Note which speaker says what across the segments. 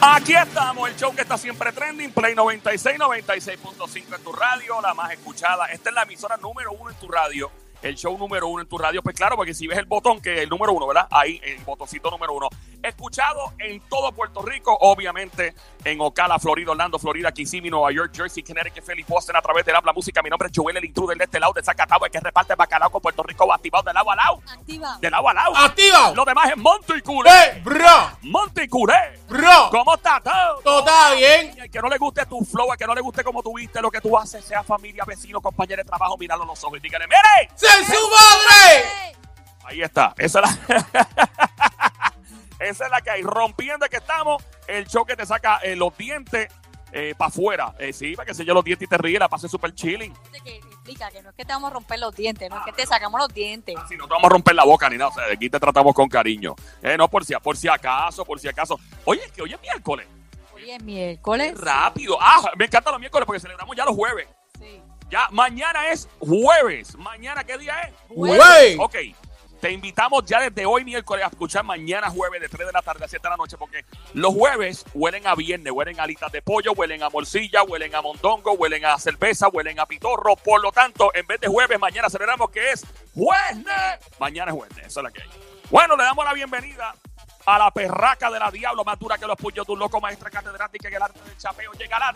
Speaker 1: Aquí estamos, el show que está siempre trending, Play 96, 96.5 en tu radio, la más escuchada. Esta es la emisora número uno en tu radio, el show número uno en tu radio. Pues claro, porque si ves el botón que es el número uno, ¿verdad? Ahí, el botoncito número uno. Escuchado en todo Puerto Rico, obviamente en Ocala, Florida, Orlando, Florida, Kissimmee, Nueva York, Jersey, Connecticut, Philly, Boston, a través de la música. Mi nombre es Joel, el intruder de este lado, de Zacatau, el que reparte bacalao con Puerto Rico, activado de lado a lado.
Speaker 2: Activa.
Speaker 1: De lado a lado.
Speaker 3: ¡Activado!
Speaker 1: Lo demás es Monte y Curé.
Speaker 3: ¡Eh, bro!
Speaker 1: Monte y Curé.
Speaker 3: ¡Bro!
Speaker 1: ¿Cómo está todo?
Speaker 3: ¿Todo está bien?
Speaker 1: Y al que no le guste tu flow, al que no le guste cómo tú viste, lo que tú haces, sea familia, vecino, compañero de trabajo, míralo a los ojos y dígale, ¡mire!
Speaker 3: ¡Ser su madre!
Speaker 1: Ahí está. Esa es la, Esa es la que hay. Rompiendo que estamos, el show que te saca eh, los dientes para afuera. Eh, sí, para que se yo los dientes y te ríe, la pase súper chilling.
Speaker 2: Dice que explica que no es que te vamos a romper los dientes, no es que te sacamos los dientes.
Speaker 1: Si no te vamos a romper la boca ni nada, o sea, aquí te tratamos con cariño. Eh, no, por si, por si acaso, por si acaso. Oye, que hoy es miércoles.
Speaker 2: Hoy es miércoles.
Speaker 1: Rápido. Ah, me encantan los miércoles porque celebramos ya los jueves.
Speaker 2: Sí.
Speaker 1: Ya, mañana es jueves. Mañana, ¿qué día es?
Speaker 3: ¡Güey!
Speaker 1: Ok. Te invitamos ya desde hoy miércoles a escuchar mañana jueves de 3 de la tarde a 7 de la noche porque los jueves huelen a viernes, huelen a alitas de pollo, huelen a morcilla, huelen a mondongo, huelen a cerveza, huelen a pitorro. Por lo tanto, en vez de jueves, mañana celebramos que es jueves. Mañana es jueves, esa es la que hay. Bueno, le damos la bienvenida a la perraca de la diablo más dura que los puños de un loco maestra catedrática que el arte del chapeo llega la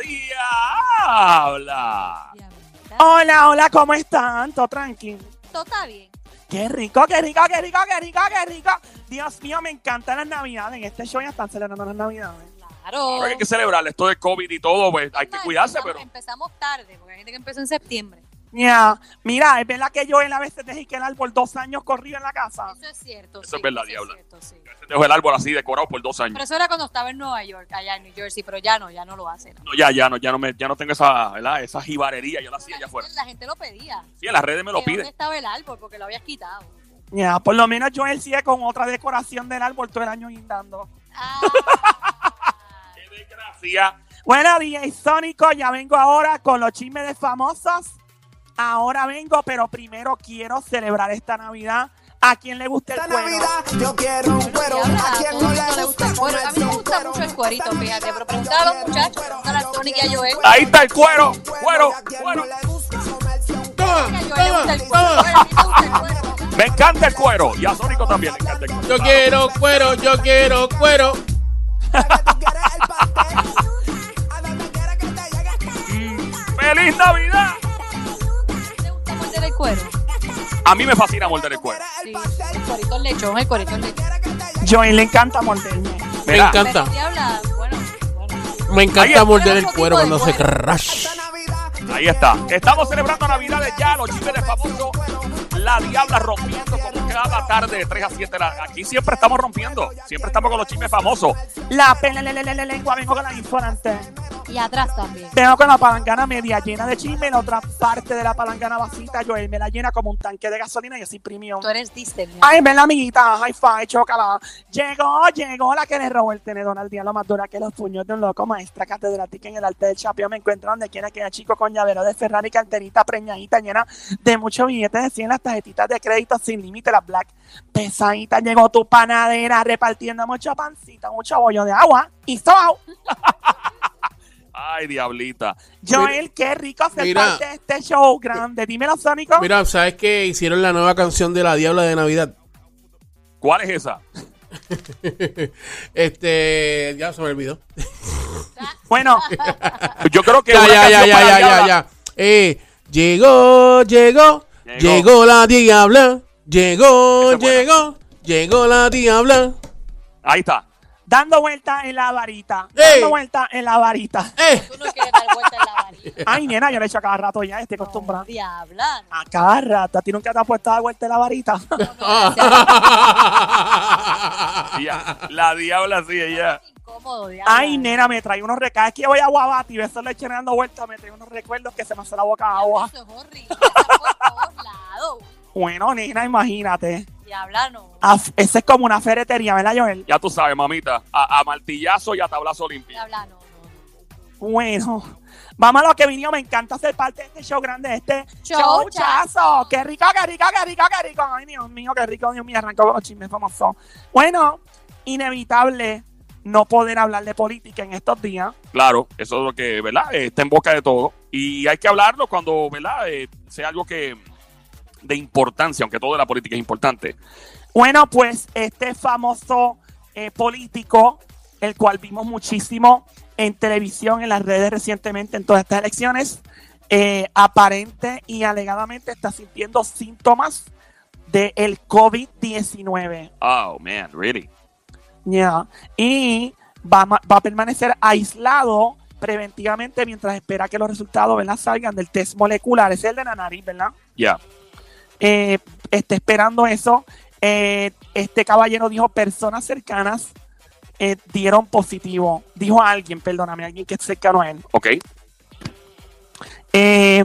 Speaker 1: diabla.
Speaker 2: Diablita.
Speaker 4: Hola, hola, ¿cómo están? Todo tranqui.
Speaker 2: Todo está bien.
Speaker 4: Qué rico, qué rico, qué rico, qué rico, qué rico. Dios mío, me encantan las navidades. En este show ya están celebrando las navidades.
Speaker 2: Claro.
Speaker 1: Pero hay que celebrarle esto de COVID y todo, pues hay que
Speaker 2: Oh. Ay,
Speaker 1: cuidarse,
Speaker 2: empezamos-
Speaker 1: pero
Speaker 2: Empezamos tarde, porque hay gente que empezó en septiembre.
Speaker 4: Ya, Mira, es verdad que yo en la vez dejé que el árbol dos años corrido en la casa.
Speaker 2: Eso es cierto.
Speaker 1: Ah, Eso
Speaker 2: sí,
Speaker 1: es verdad,
Speaker 2: eso
Speaker 1: diabla.
Speaker 2: cierto, sí.
Speaker 1: te dejo el árbol así decorado por dos años.
Speaker 2: Pero eso era cuando estaba en Nueva York, allá en New Jersey, pero ya no, ya no lo hacen.
Speaker 1: No, ya, ya no, ya no me, ya no tengo esa, ¿verdad? Esa jibarería, yo la hacía allá
Speaker 2: La gente-
Speaker 1: afuera.
Speaker 2: La gente lo pedía.
Speaker 1: Sí, en las redes me lo
Speaker 2: Que ¿Dónde
Speaker 1: piden.
Speaker 2: estaba el árbol? Porque lo habías quitado.
Speaker 4: Ya, por lo menos yo él sigue con otra decoración del árbol todo el año guindando.
Speaker 2: Ah.
Speaker 1: Qué desgracia.
Speaker 4: Bueno, DJ Sónico, ya vengo ahora con los chismes de famosos. Ahora vengo, pero primero quiero celebrar esta Navidad. ¿A quien le gusta el
Speaker 5: Esta
Speaker 4: cuero?
Speaker 5: Navidad yo quiero un cuero.
Speaker 2: Diabla,
Speaker 5: ¿A
Speaker 2: a
Speaker 5: quién
Speaker 2: todo
Speaker 5: no
Speaker 2: el mundo
Speaker 5: le gusta
Speaker 2: cuero. A mí me
Speaker 5: comerse un
Speaker 2: gusta mucho el cuerito,
Speaker 5: Esta
Speaker 2: fíjate, pero
Speaker 5: Navidad
Speaker 2: pregúntale a los
Speaker 5: yo quiero
Speaker 2: muchachos,
Speaker 5: un cuero,
Speaker 2: pregúntale a
Speaker 5: yo
Speaker 2: Tony y a
Speaker 5: quiero un
Speaker 2: Joel.
Speaker 1: Ahí está el cuero,
Speaker 5: un
Speaker 1: cuero,
Speaker 5: ¿A quién
Speaker 1: cuero. Ah,
Speaker 5: no le gusta comerse un cuero?
Speaker 3: ¡Toma!
Speaker 2: Mira, yo le gusta
Speaker 3: ¡Toma!
Speaker 2: el
Speaker 3: ¡Toma!
Speaker 2: cuero, a mí me gusta el cuero.
Speaker 1: Me encanta el cuero. Y a Sónico también le encanta el cuero.
Speaker 3: Yo quiero cuero, yo quiero cuero.
Speaker 5: ¿A que tú quieres el pastel? ¿A dónde quieres que te llegue?
Speaker 1: Mm. ¡Feliz Navidad!
Speaker 2: ¿Te gusta morder el cuero?
Speaker 1: A mí me fascina morder el
Speaker 5: ¿Tú
Speaker 1: cuero.
Speaker 5: quieres el
Speaker 2: Sí,
Speaker 5: pastel?
Speaker 2: el corito lechón, el corito lechón.
Speaker 5: ¿Quieres que te llegue?
Speaker 4: Joel le encanta morderme.
Speaker 3: Me
Speaker 1: Mira,
Speaker 3: encanta.
Speaker 2: Pero diabla, bueno, bueno.
Speaker 3: Me
Speaker 1: Ahí es.
Speaker 3: encanta morder el
Speaker 2: Otro
Speaker 3: cuero
Speaker 2: tipo
Speaker 3: cuando
Speaker 2: de
Speaker 3: se
Speaker 2: cuero.
Speaker 3: crash.
Speaker 5: Esta Navidad yo
Speaker 1: ahí está.
Speaker 5: quiero un
Speaker 1: Estamos
Speaker 5: cuero.
Speaker 1: celebrando Navidades ya, los chismes de famoso. La diabla rompiendo como cada tarde de 3 a 7. de la- Aquí siempre estamos rompiendo. Siempre estamos con los chismes famosos.
Speaker 4: La pele- le- le- le- le- lengua vengo con la inforante.
Speaker 2: Y atrás también.
Speaker 4: Vengo con la palangana media llena de chisme, la otra parte de la palangana vasita, Joel me la llena como un tanque de gasolina y así imprimió.
Speaker 2: Tú eres Disney. mi amor.
Speaker 4: Ay, ven la amiguita, high five, chócala. Llegó, llegó la que le robó el tenedor al diablo más dura que los puños de un loco maestra catedrática en el arte del chapeo. Me encuentro donde quiera que haya chico con llavero de Ferrari, carterita preñadita, llena de muchos billetes de 100, las tarjetitas de crédito sin límite, las black pesaditas. Llegó tu panadera repartiendo mucho pancito, mucho bollo de agua y sobao.
Speaker 1: Ay, diablita.
Speaker 4: Joel, qué rico ser
Speaker 3: Mira.
Speaker 4: parte de este show grande. Dímelo, Sónico.
Speaker 3: Mira, ¿sabes que hicieron la nueva canción de la Diabla de Navidad?
Speaker 1: ¿Cuál es esa?
Speaker 3: Este, ya se me olvidó.
Speaker 4: Bueno,
Speaker 1: Yo creo que.
Speaker 3: Ya,
Speaker 1: una
Speaker 3: ya, ya,
Speaker 1: canción
Speaker 3: ya,
Speaker 1: para la
Speaker 3: ya, ya,
Speaker 1: diabla.
Speaker 3: ya. Eh, llegó, llegó,
Speaker 1: Llegó.
Speaker 3: llegó, la Diabla. Llegó,
Speaker 1: Esa es buena.
Speaker 3: llegó, llegó la Diabla.
Speaker 1: Ahí está.
Speaker 4: dando vuelta en la varita.
Speaker 3: Ey.
Speaker 4: Dando vuelta en la varita.
Speaker 3: Eh,
Speaker 2: Tú no quieres dar vuelta en la varita.
Speaker 4: Ay, nena, yo le he hecho a cada rato ya, estoy acostumbrada.
Speaker 2: Diabla. no.
Speaker 4: A cada rato, a ti nunca te has puesto a dar vuelta en la varita.
Speaker 3: Ah.
Speaker 1: Y ya. La diabla sí, ella.
Speaker 2: Incómodo, diabla.
Speaker 4: Ay, nena, me trae unos recados. Es que voy a Guabati y beso le eché dando vuelta, me trae unos recuerdos que se me hace la boca agua.
Speaker 2: Eso es horrible. Está por todos lados.
Speaker 4: Bueno, nena, imagínate.
Speaker 2: Diabla no.
Speaker 4: Af- Esa es como una ferretería, ¿verdad, Joel?
Speaker 1: Ya tú sabes, mamita. A, a martillazo y a tablazo limpio.
Speaker 2: Diabla no. no.
Speaker 4: Bueno, vamos a lo que vino. Me encanta ser parte de este show grande, de este
Speaker 2: Showchazo.
Speaker 4: showchazo. Qué rico, qué rico, qué rico, qué rico. Ay, Dios mío, qué rico, Dios mío. Arrancó con los chismes famosos. Bueno, inevitable. no poder hablar de política en estos días.
Speaker 1: Claro, eso es lo que, ¿verdad? Eh, Está en boca de todo. Y hay que hablarlo cuando, ¿verdad? Eh, sea algo que de importancia, aunque todo de la política es importante.
Speaker 4: Bueno, pues este famoso eh, político, el cual vimos muchísimo en televisión, en las redes recientemente, en todas estas elecciones, eh, aparente y alegadamente está sintiendo síntomas del COVID-19.
Speaker 1: Oh, man, really.
Speaker 4: Ya. Y va, a ma- va a permanecer aislado preventivamente mientras espera que los resultados ¿verdad? salgan del test molecular. Ese es el de la nariz, ¿verdad?
Speaker 1: Yeah.
Speaker 4: eh, está esperando eso. Eh, este caballero dijo, personas cercanas eh, dieron positivo. Dijo a alguien, perdóname, alguien que es cercano a él.
Speaker 1: Ok.
Speaker 4: Eh,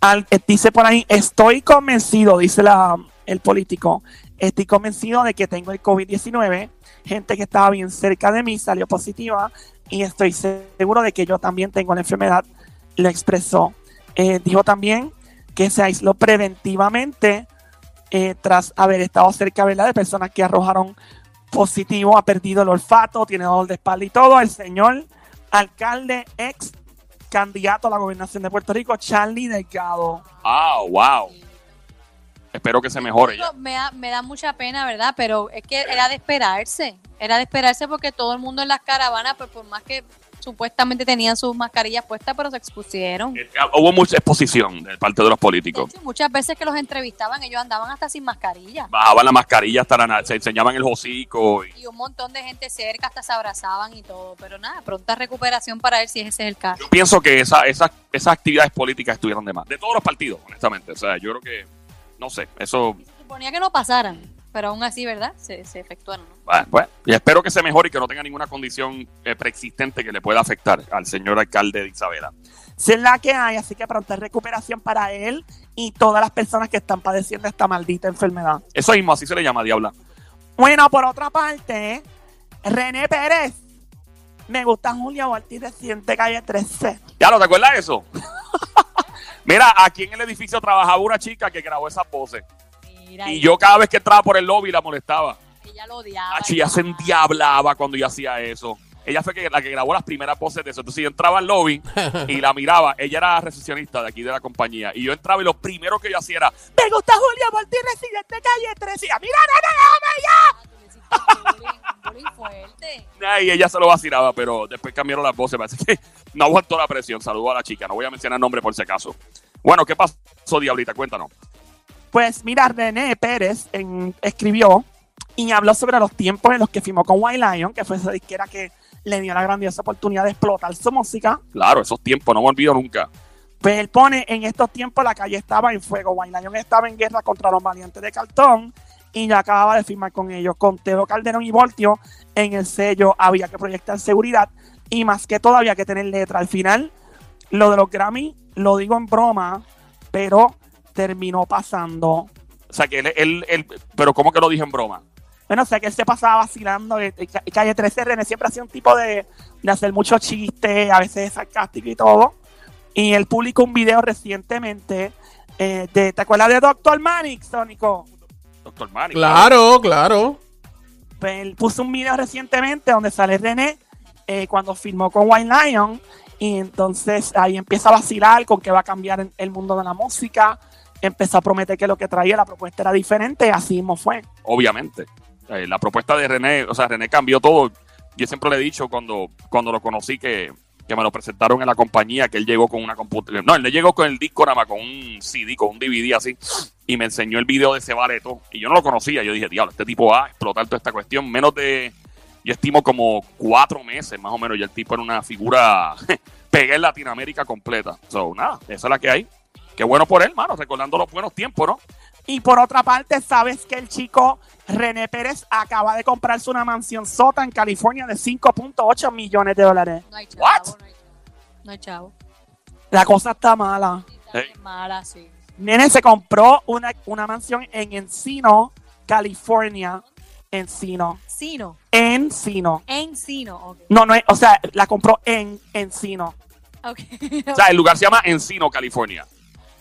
Speaker 4: al- eh, dice por ahí, estoy convencido, dice la, el político, estoy convencido de que tengo el COVID-19. Gente que estaba bien cerca de mí salió positiva y estoy seguro de que yo también tengo la enfermedad, lo expresó. Eh, dijo también que se aisló preventivamente eh, tras haber estado cerca ¿verdad? de personas que arrojaron positivo, ha perdido el olfato, tiene dolor de espalda y todo. El señor alcalde ex candidato a la gobernación de Puerto Rico, Charlie Delgado.
Speaker 1: Oh, wow. Espero que se mejore ya.
Speaker 2: Digo, me, da, me da mucha pena, ¿verdad? Pero es que era de esperarse. Era de esperarse porque todo el mundo en las caravanas, pues por más que supuestamente tenían sus mascarillas puestas, pero se expusieron. De
Speaker 1: Eh, Hubo mucha exposición de parte de los políticos.
Speaker 2: hecho, muchas veces que los entrevistaban, ellos andaban hasta sin mascarilla.
Speaker 1: Bajaban la mascarilla hasta la na- se enseñaban el hocico. y-
Speaker 2: Y un montón de gente cerca hasta se abrazaban y todo. Pero nada, pronta recuperación para él si ese es el caso.
Speaker 1: Yo pienso que esa- esas- esas actividades políticas estuvieron de más. De todos los partidos, honestamente. O sea, yo creo que, no sé, eso
Speaker 2: Y se suponía que no pasaran, pero aún así, ¿verdad? Se, se efectuaron. ¿no?
Speaker 1: Bueno, bueno, ah, pues, y espero que se mejore y que no tenga ninguna condición eh, preexistente que le pueda afectar al señor alcalde de Isabela.
Speaker 4: Si es la que hay, así que pronta recuperación para él y todas las personas que están padeciendo esta maldita enfermedad.
Speaker 1: Eso mismo, así se le llama, Diabla.
Speaker 4: Bueno, por otra parte, René Pérez. Me gusta Julia Ortiz de Siente Calle 13.
Speaker 1: ¿Ya lo te acuerdas de eso? Mira, aquí en el edificio trabajaba una chica que grabó esas voces.
Speaker 2: Mira,
Speaker 1: Y yo cada vez que entraba por el lobby la molestaba.
Speaker 2: ella lo odiaba.
Speaker 1: Achi, ella se endiablaba cuando yo hacía eso. Ella fue que- la que grabó las primeras voces de eso. Entonces yo entraba al lobby y la miraba. Ella era recepcionista de aquí de la compañía. Y yo entraba y lo primero que yo hacía era,
Speaker 4: Me gusta Julia Ortiz de Siente Calle 13. Mira,
Speaker 2: Ah, tú le hiciste bullying, bullying fuerte.
Speaker 1: Nah, Y ella se lo vacilaba, pero después cambiaron las voces. Parece que no aguantó la presión. Saludo a la chica. No voy a mencionar nombre por si acaso. Bueno, ¿qué pasó, Diablita? Cuéntanos.
Speaker 4: Pues mira, René Pérez en- escribió y habló sobre los tiempos en los que firmó con White Lion, que fue esa disquera que le dio la grandiosa oportunidad de explotar su música.
Speaker 1: Claro, esos tiempos no me olvido nunca.
Speaker 4: Pues él pone, en estos tiempos la calle estaba en fuego, White Lion estaba en guerra contra los valientes de cartón y ya acababa de firmar con ellos, con Teo Calderón y Voltio en el sello, había que proyectar seguridad y más que todo había que tener letra. Al final, lo de los Grammy, lo digo en broma, pero terminó pasando.
Speaker 1: O sea, que él, él- él- pero ¿cómo que lo dije en broma?
Speaker 4: Bueno, o sea que él se pasaba vacilando. eh, eh, Ca- Calle 13 René siempre hacía un tipo de, de hacer muchos chistes, a veces sarcástico y todo. Y él publicó un video recientemente eh, de, ¿te acuerdas de Doctor Manix, Sónico?
Speaker 1: Doctor Manny.
Speaker 3: Claro, claro.
Speaker 4: Pues él puso un video recientemente donde sale René eh, cuando firmó con White Lion. Y entonces ahí empieza a vacilar con que va a cambiar en- el mundo de la música. Empezó a prometer que lo que traía la propuesta era diferente. y Así mismo fue.
Speaker 1: obviamente. Eh, la propuesta de René, o sea, René cambió todo. Yo siempre le he dicho cuando, cuando lo conocí que, que me lo presentaron en la compañía, que él llegó con una computadora. No, él le llegó con el disco nada más, con un CD, con un DVD así, y me enseñó el video de ese baleto. Y yo no lo conocía. Yo dije, diablo, este tipo va a explotar toda esta cuestión. Menos de, yo estimo como cuatro meses más o menos. Y el tipo era una figura pegada en Latinoamérica completa. So, nada, esa es la que hay. Qué bueno por él, mano, recordando los buenos tiempos, ¿no?
Speaker 4: Y por otra parte, sabes que el chico René Pérez acaba de comprarse una mansión sota en California de 5.8 millones de dólares.
Speaker 2: No hay chavo,
Speaker 1: What?
Speaker 2: no hay chavo. No hay chavo.
Speaker 4: La cosa está mala.
Speaker 2: Sí, está
Speaker 1: Hey.
Speaker 2: bien mala, sí.
Speaker 4: Nene se compró una, una mansión en Encino, California. Encino.
Speaker 2: Sino,
Speaker 4: Encino.
Speaker 2: en Sino, ok.
Speaker 4: No, no es, o sea, la compró en Encino.
Speaker 2: Ok.
Speaker 1: O sea, el lugar se llama Encino, California.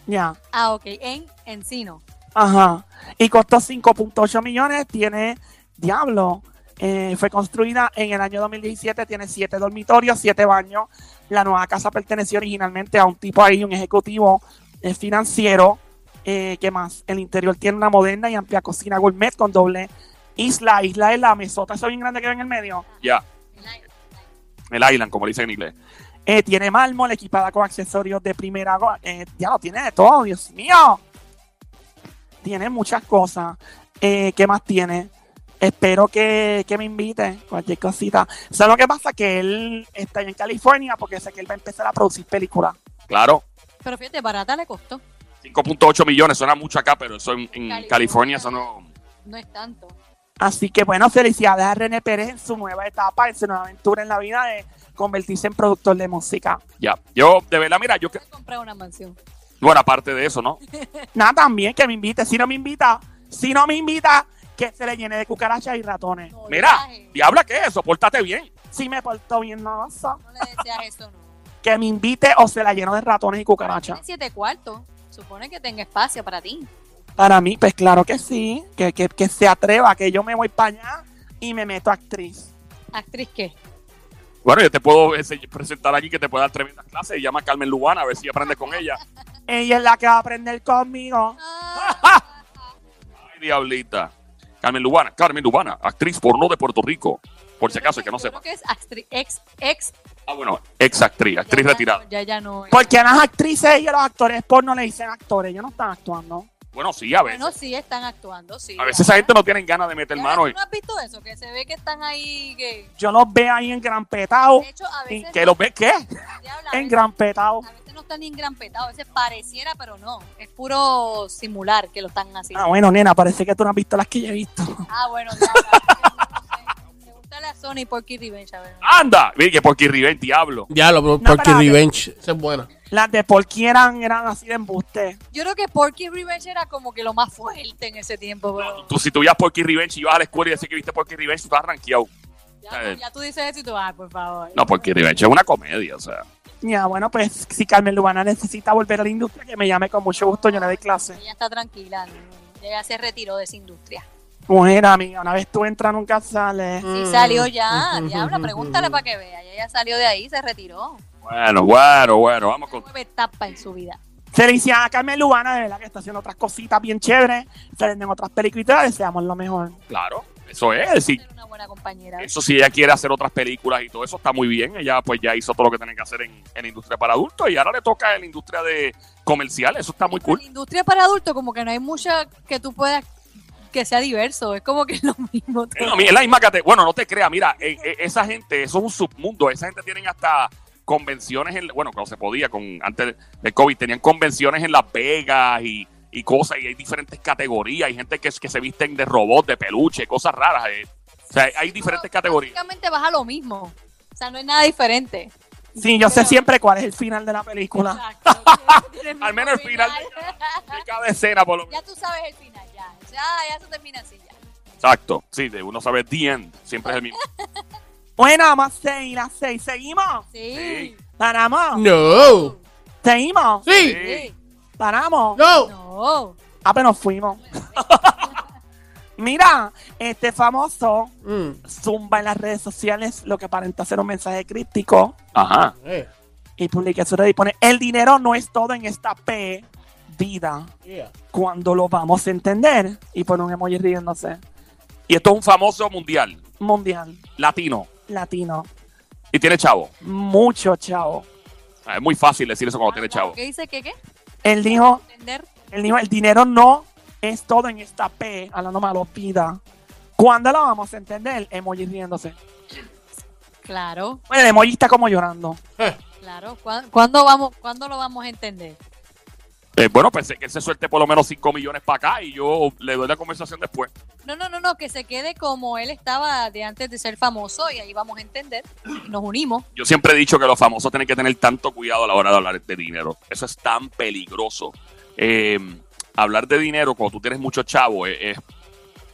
Speaker 4: Ya.
Speaker 2: ah, ok, en Encino.
Speaker 4: Ajá. Y costó 5.8 millones. Tiene, diablo, Eh, fue construida en el año 2017, tiene siete dormitorios, siete baños. La nueva casa perteneció originalmente a un tipo ahí, un ejecutivo eh, financiero. Eh, ¿Qué más? El interior tiene una moderna y amplia cocina gourmet con doble isla. Isla es la mesota, eso bien grande que ve en el medio.
Speaker 1: Ya, el island, como le dicen en inglés.
Speaker 4: Eh, tiene mármol equipada con accesorios de primera. go- eh, ya lo tiene de todo, Dios mío. Tiene muchas cosas. Eh, ¿Qué más tiene? Espero que, que me invite cualquier cosita. ¿Sabes lo que pasa? Que él está en California porque sé que él va a empezar a producir películas.
Speaker 1: Claro,
Speaker 2: Pero fíjate, barata le costó.
Speaker 1: 5.8 millones, suena mucho acá, pero eso en, en
Speaker 2: California.
Speaker 1: California, eso no.
Speaker 2: No es tanto.
Speaker 4: Así que bueno, felicidades a René Pérez en su nueva etapa, en su nueva aventura en la vida de convertirse en productor de música.
Speaker 1: Ya, yo, de verdad, mira, yo que.
Speaker 2: Voy a comprar una mansión.
Speaker 1: Bueno, aparte de eso, ¿no?
Speaker 4: Nada, también que me invite. Si no me invita, si no me invita, que se le llene de cucarachas y ratones.
Speaker 2: No,
Speaker 1: Mira,
Speaker 2: viaje.
Speaker 1: diabla, ¿qué es eso? Pórtate bien.
Speaker 4: Si me porto bien, no pasa.
Speaker 2: No le deseas eso, no.
Speaker 4: que me invite o se la lleno de ratones y cucarachas.
Speaker 2: Tiene siete cuartos. Supone que tenga espacio para ti.
Speaker 4: Para mí, pues claro que sí, que, que, que se atreva, que yo me voy para allá y me meto actriz.
Speaker 2: ¿Actriz qué?
Speaker 1: Bueno, yo te puedo eh, presentar aquí que te puede dar tremendas clases. Se llama Carmen Lubana, a ver si aprendes con ella.
Speaker 4: Ella es la que va a aprender conmigo.
Speaker 2: Ah,
Speaker 1: Ay, diablita. Carmen Lubana, Carmen Lubana, actriz porno de Puerto Rico. Por si
Speaker 2: yo creo
Speaker 1: acaso, que no
Speaker 2: yo
Speaker 1: sepa.
Speaker 2: creo que es actriz, ex, ex.
Speaker 1: Ah, bueno, ex actriz, actriz
Speaker 2: ya, ya
Speaker 1: retirada.
Speaker 2: no, Ya, ya no. es.
Speaker 4: Porque a las actrices y a los actores porno le dicen actores, ellos no están actuando.
Speaker 1: Bueno, sí, a
Speaker 2: Bueno,
Speaker 1: veces.
Speaker 2: sí, están actuando, sí.
Speaker 1: A veces esa gente no tiene ganas de meter mano. y-
Speaker 2: ¿No has visto eso? Que se ve que están ahí. Que,
Speaker 4: Yo los veo ahí en gran petao.
Speaker 2: de hecho, a
Speaker 4: ¿En
Speaker 2: veces.
Speaker 1: ¿Que los ves qué?
Speaker 2: diabla, a
Speaker 4: En
Speaker 2: veces-
Speaker 4: gran petao.
Speaker 2: A veces no están ni engrampetados, a veces pareciera, pero no. Es puro simular que lo están haciendo.
Speaker 4: Ah, bueno, nena, parece que tú no has visto las que yo he visto.
Speaker 2: Ah, bueno, ya, ya, no sé. Pregúntale a Sony por qué Revenge, a ver.
Speaker 1: ¡Anda! Mira, que porque Riven, diablo.
Speaker 3: Ya lo,
Speaker 4: No,
Speaker 3: porque
Speaker 4: pero-
Speaker 3: Revenge. Esa es buena.
Speaker 4: Las de Porky eran, eran así de embuste.
Speaker 2: Yo creo que Porky Revenge era como que lo más fuerte en ese tiempo, pero
Speaker 1: Tú, si tú veías Porky Revenge y ibas a la escuela y decías que viste Porky Revenge, tú estás rankeado.
Speaker 2: ya, ya tú dices eso y tú, ah, por favor.
Speaker 1: No, Porky Revenge es una comedia, o sea.
Speaker 4: Ya, bueno, pues si Carmen Lubana necesita volver a la industria, que me llame con mucho gusto, yo le doy clase.
Speaker 2: Ella está tranquila, no, no, ella se retiró de esa industria.
Speaker 4: Mujer, amiga, una vez tú entras, nunca sales.
Speaker 2: Sí,
Speaker 3: Mm.
Speaker 2: salió ya,
Speaker 3: Mm,
Speaker 2: diabla,
Speaker 3: mm,
Speaker 2: pregúntale
Speaker 3: mm,
Speaker 2: para que vea. Ella ya salió de ahí, se retiró.
Speaker 1: Bueno, bueno, bueno, vamos con.
Speaker 2: Nueve etapas en su vida.
Speaker 4: Felicidades a Carmen Lubana, de verdad que está haciendo otras cositas bien chéveres, salen en otras películas, deseamos lo mejor.
Speaker 1: Claro, eso es. Si,
Speaker 2: Ser una buena compañera.
Speaker 1: eso, si ella quiere hacer otras películas y todo eso, está muy bien. Ella, pues, ya hizo todo lo que tenía que hacer en, en la industria para adultos y ahora le toca en la industria de comercial. Eso está muy
Speaker 2: En
Speaker 1: cool.
Speaker 2: La industria para adultos, como que no hay mucha que tú puedas que sea diverso. Es como que es lo mismo. todo.
Speaker 1: Eh, no, mi- es la misma cate- Bueno, no te creas, mira, eh, eh, esa gente, eso es un submundo. Esa gente tienen hasta convenciones, en, bueno, cuando se podía, con antes del COVID, tenían convenciones en Las Vegas y, y cosas, y hay diferentes categorías. Hay gente que, que se visten de robot, de peluche, cosas raras. eh. O sea, hay diferentes
Speaker 2: Pero
Speaker 1: categorías.
Speaker 2: Básicamente vas a lo mismo. O sea, no es nada diferente.
Speaker 4: Sí, yo sé
Speaker 2: Pero-
Speaker 4: siempre cuál es el final de la película.
Speaker 2: Exacto. Tienes
Speaker 1: Al menos el
Speaker 2: mismo
Speaker 1: final de cada escena, por lo menos.
Speaker 2: ya tú sabes el final, ya. Ya, ya se termina así, ya.
Speaker 1: Exacto. Sí, de uno sabe the end. Siempre es el mismo.
Speaker 4: Bueno, vamos a seguir, a seis, seguimos,
Speaker 2: Sí.
Speaker 4: paramos,
Speaker 3: No.
Speaker 4: seguimos,
Speaker 3: Sí.
Speaker 2: Sí.
Speaker 4: paramos.
Speaker 3: No.
Speaker 2: No.
Speaker 4: Apenas fuimos. Mira, este famoso
Speaker 3: Mm,
Speaker 4: zumba en las redes sociales, lo que aparenta ser un mensaje crítico,
Speaker 1: Ajá.
Speaker 3: eh,
Speaker 4: y publica su red y pone, el dinero no es todo en esta P vida.
Speaker 3: yeah.
Speaker 4: cuando lo vamos a entender. Y pone un emoji riéndose.
Speaker 1: Y esto es un famoso mundial,
Speaker 4: Mundial,
Speaker 1: latino.
Speaker 4: latino,
Speaker 1: Y tiene chavo.
Speaker 4: mucho chavo.
Speaker 1: Ah, Es muy fácil decir eso cuando tiene chavo.
Speaker 2: ¿Qué dice? ¿Qué qué?
Speaker 4: Él dijo,
Speaker 2: ¿Entender?
Speaker 4: él dijo, el dinero no es todo en esta P, a la no me lo pida. ¿Cuándo lo vamos a entender? Emoji riéndose.
Speaker 2: Claro,
Speaker 4: Bueno, el emoji está como llorando.
Speaker 2: claro. ¿Cuá- ¿Cuándo, vamos, ¿Cuándo lo vamos a entender?
Speaker 1: Eh, bueno, pensé que él se suelte por lo menos 5 millones para acá y yo le doy la conversación después.
Speaker 2: No, no, no, no, que se quede como él estaba de antes de ser famoso y ahí vamos a entender. Y nos unimos.
Speaker 1: Yo siempre he dicho que los famosos tienen que tener tanto cuidado a la hora de hablar de dinero. Eso es tan peligroso. Eh, hablar de dinero cuando tú tienes mucho chavo es... es-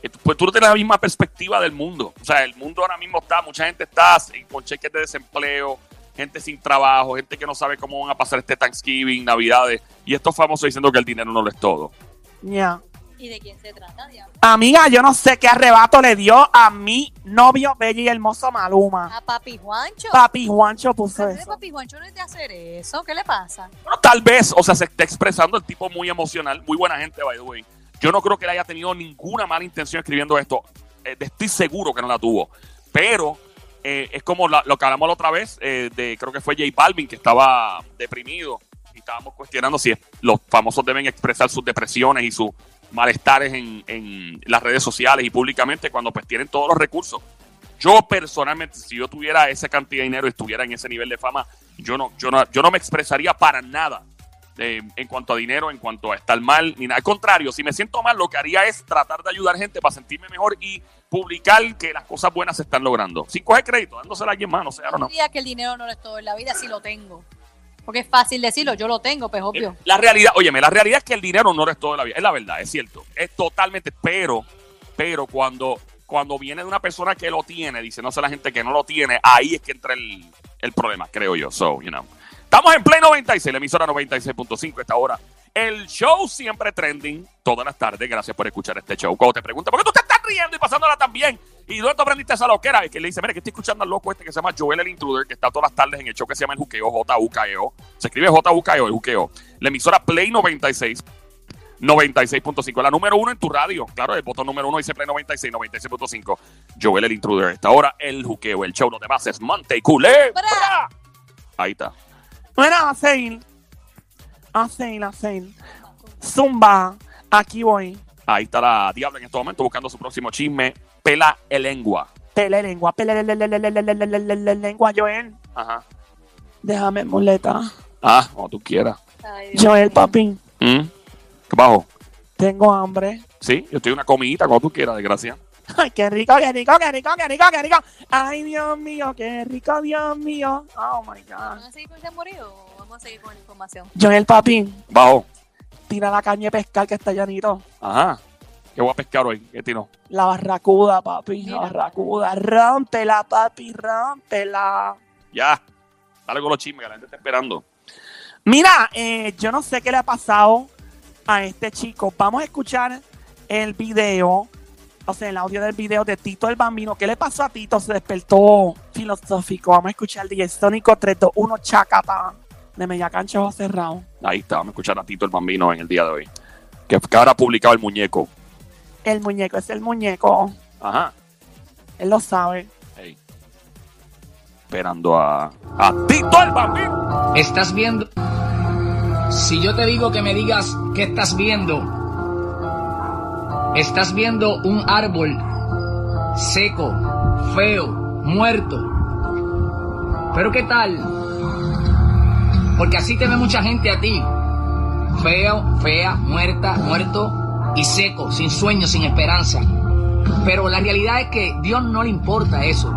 Speaker 1: es- pues tú no tienes la misma perspectiva del mundo. O sea, el mundo ahora mismo está, mucha gente está sin- con cheques de desempleo, gente sin trabajo, gente que no sabe cómo van a pasar este Thanksgiving, Navidades, y estos famosos diciendo que el dinero no lo es todo.
Speaker 4: Ya.
Speaker 2: ¿Y de quién se trata, diablo?
Speaker 4: Amiga, yo no sé qué arrebato le dio a mi novio bello y hermoso Maluma.
Speaker 2: A Papi Juancho.
Speaker 1: Ah,
Speaker 4: Papi Juancho puso
Speaker 2: Pero de
Speaker 4: eso.
Speaker 2: Papi Juancho no es de hacer eso. ¿Qué le pasa?
Speaker 1: Bueno, tal vez, o sea, se está expresando el tipo muy emocional, muy buena gente, by the way. Yo no creo que le haya tenido ninguna mala intención escribiendo esto. Eh, estoy seguro que no la tuvo. Pero eh, es como la- lo que hablamos la otra vez, eh, de creo que fue J Balvin, que estaba deprimido. Y estábamos cuestionando si es- los famosos deben expresar sus depresiones y sus malestares en, en las redes sociales y públicamente cuando pues tienen todos los recursos. Yo personalmente, si yo tuviera esa cantidad de dinero y estuviera en ese nivel de fama, yo no, yo no, yo no me expresaría para nada eh, en cuanto a dinero, en cuanto a estar mal, ni nada. Al contrario, si me siento mal, lo que haría es tratar de ayudar gente para sentirme mejor y publicar que las cosas buenas se están logrando. Sin coger crédito, dándosela a alguien más, no sé, I
Speaker 2: Yo
Speaker 1: don't know.
Speaker 2: diría que el dinero no lo es todo en la vida si lo tengo. Porque es fácil decirlo, yo lo tengo, pues
Speaker 1: Eh,
Speaker 2: obvio.
Speaker 1: La realidad, óyeme, la realidad es que el dinero no lo es todo en la vida. Es la verdad, es cierto. Es totalmente, pero, pero cuando, cuando viene de una persona que lo tiene, diciéndose a la gente que no lo tiene, ahí es que entra el, el problema, creo yo. So, you know. Estamos en Play 96, la emisora 96.5 esta hora. El show siempre trending todas las tardes. Gracias por escuchar este show. Cuando te preguntan, ¿por qué tú te estás riendo y pasándola tan bien? ¿Y dónde tú aprendiste esa loquera? Y que le dice, mira, que estoy escuchando al loco este que se llama Joel el Intruder, que está todas las tardes en el show que se llama El Juqueo, J-U-K-E-O. E Se escribe J-U-K-E-O, E El Juqueo. La emisora Play 96. 96.5, la número uno en tu radio. Claro, el botón número uno dice Play 96, 96.5. Joel el Intruder. Esta hora, el juqueo, el show, no te pases. Monte y culebra.
Speaker 2: Bra.
Speaker 1: Ahí está.
Speaker 4: Bueno, a seguir. A seguir, a seguir. Zumba, aquí voy.
Speaker 1: Ahí está la diabla en este momento buscando su próximo chisme. Pela el lengua.
Speaker 4: Pele lengua, pele le- le- le- le- le- le- le- le- le- le- lengua, Joel.
Speaker 1: Ajá.
Speaker 4: Déjame en muleta.
Speaker 1: Ah, como tú quieras.
Speaker 2: Ay, Dios
Speaker 4: Joel,
Speaker 2: mío.
Speaker 4: papi,
Speaker 1: ¿Mm? ¿Qué bajo?
Speaker 4: tengo hambre.
Speaker 1: Sí, yo estoy una comidita como tú quieras, desgracia.
Speaker 4: Ay, qué rico, qué rico, qué rico, qué rico, qué rico. Ay, Dios mío, qué rico, Dios mío. Oh my God.
Speaker 2: ¿Vamos a seguir con el morido o vamos a seguir con la información?
Speaker 4: Joel, papi,
Speaker 1: Bajo.
Speaker 4: tira la caña de pescar que está llanito.
Speaker 1: Ajá. ¿Qué voy a pescar hoy? ¿Qué tino?
Speaker 4: La barracuda, papi,
Speaker 2: Mira.
Speaker 4: la barracuda. Rómpela, papi, rómpela.
Speaker 1: Ya. Dale con los chismes, que la gente está esperando.
Speaker 4: Mira, eh, yo no sé qué le ha pasado a este chico. Vamos a escuchar el video, o sea, el audio del video de Tito el Bambino. ¿Qué le pasó a Tito? Se despertó filosófico. Vamos a escuchar el DJ Sónico 321 Chacata de Mediacancha José Cerrado.
Speaker 1: Ahí está, vamos a escuchar a Tito el Bambino en el día de hoy. Que, que ahora ha publicado el muñeco.
Speaker 4: El muñeco es el muñeco.
Speaker 1: Ajá.
Speaker 4: Él lo sabe.
Speaker 1: Ey. Esperando a, a Tito el Bambino.
Speaker 6: ¿Estás viendo? Si yo te digo que me digas qué estás viendo, estás viendo un árbol seco, feo, muerto. Pero ¿qué tal? Porque así te ve mucha gente a ti. Feo, fea, muerta, muerto y seco, sin sueño, sin esperanza. Pero la realidad es que Dios no le importa eso.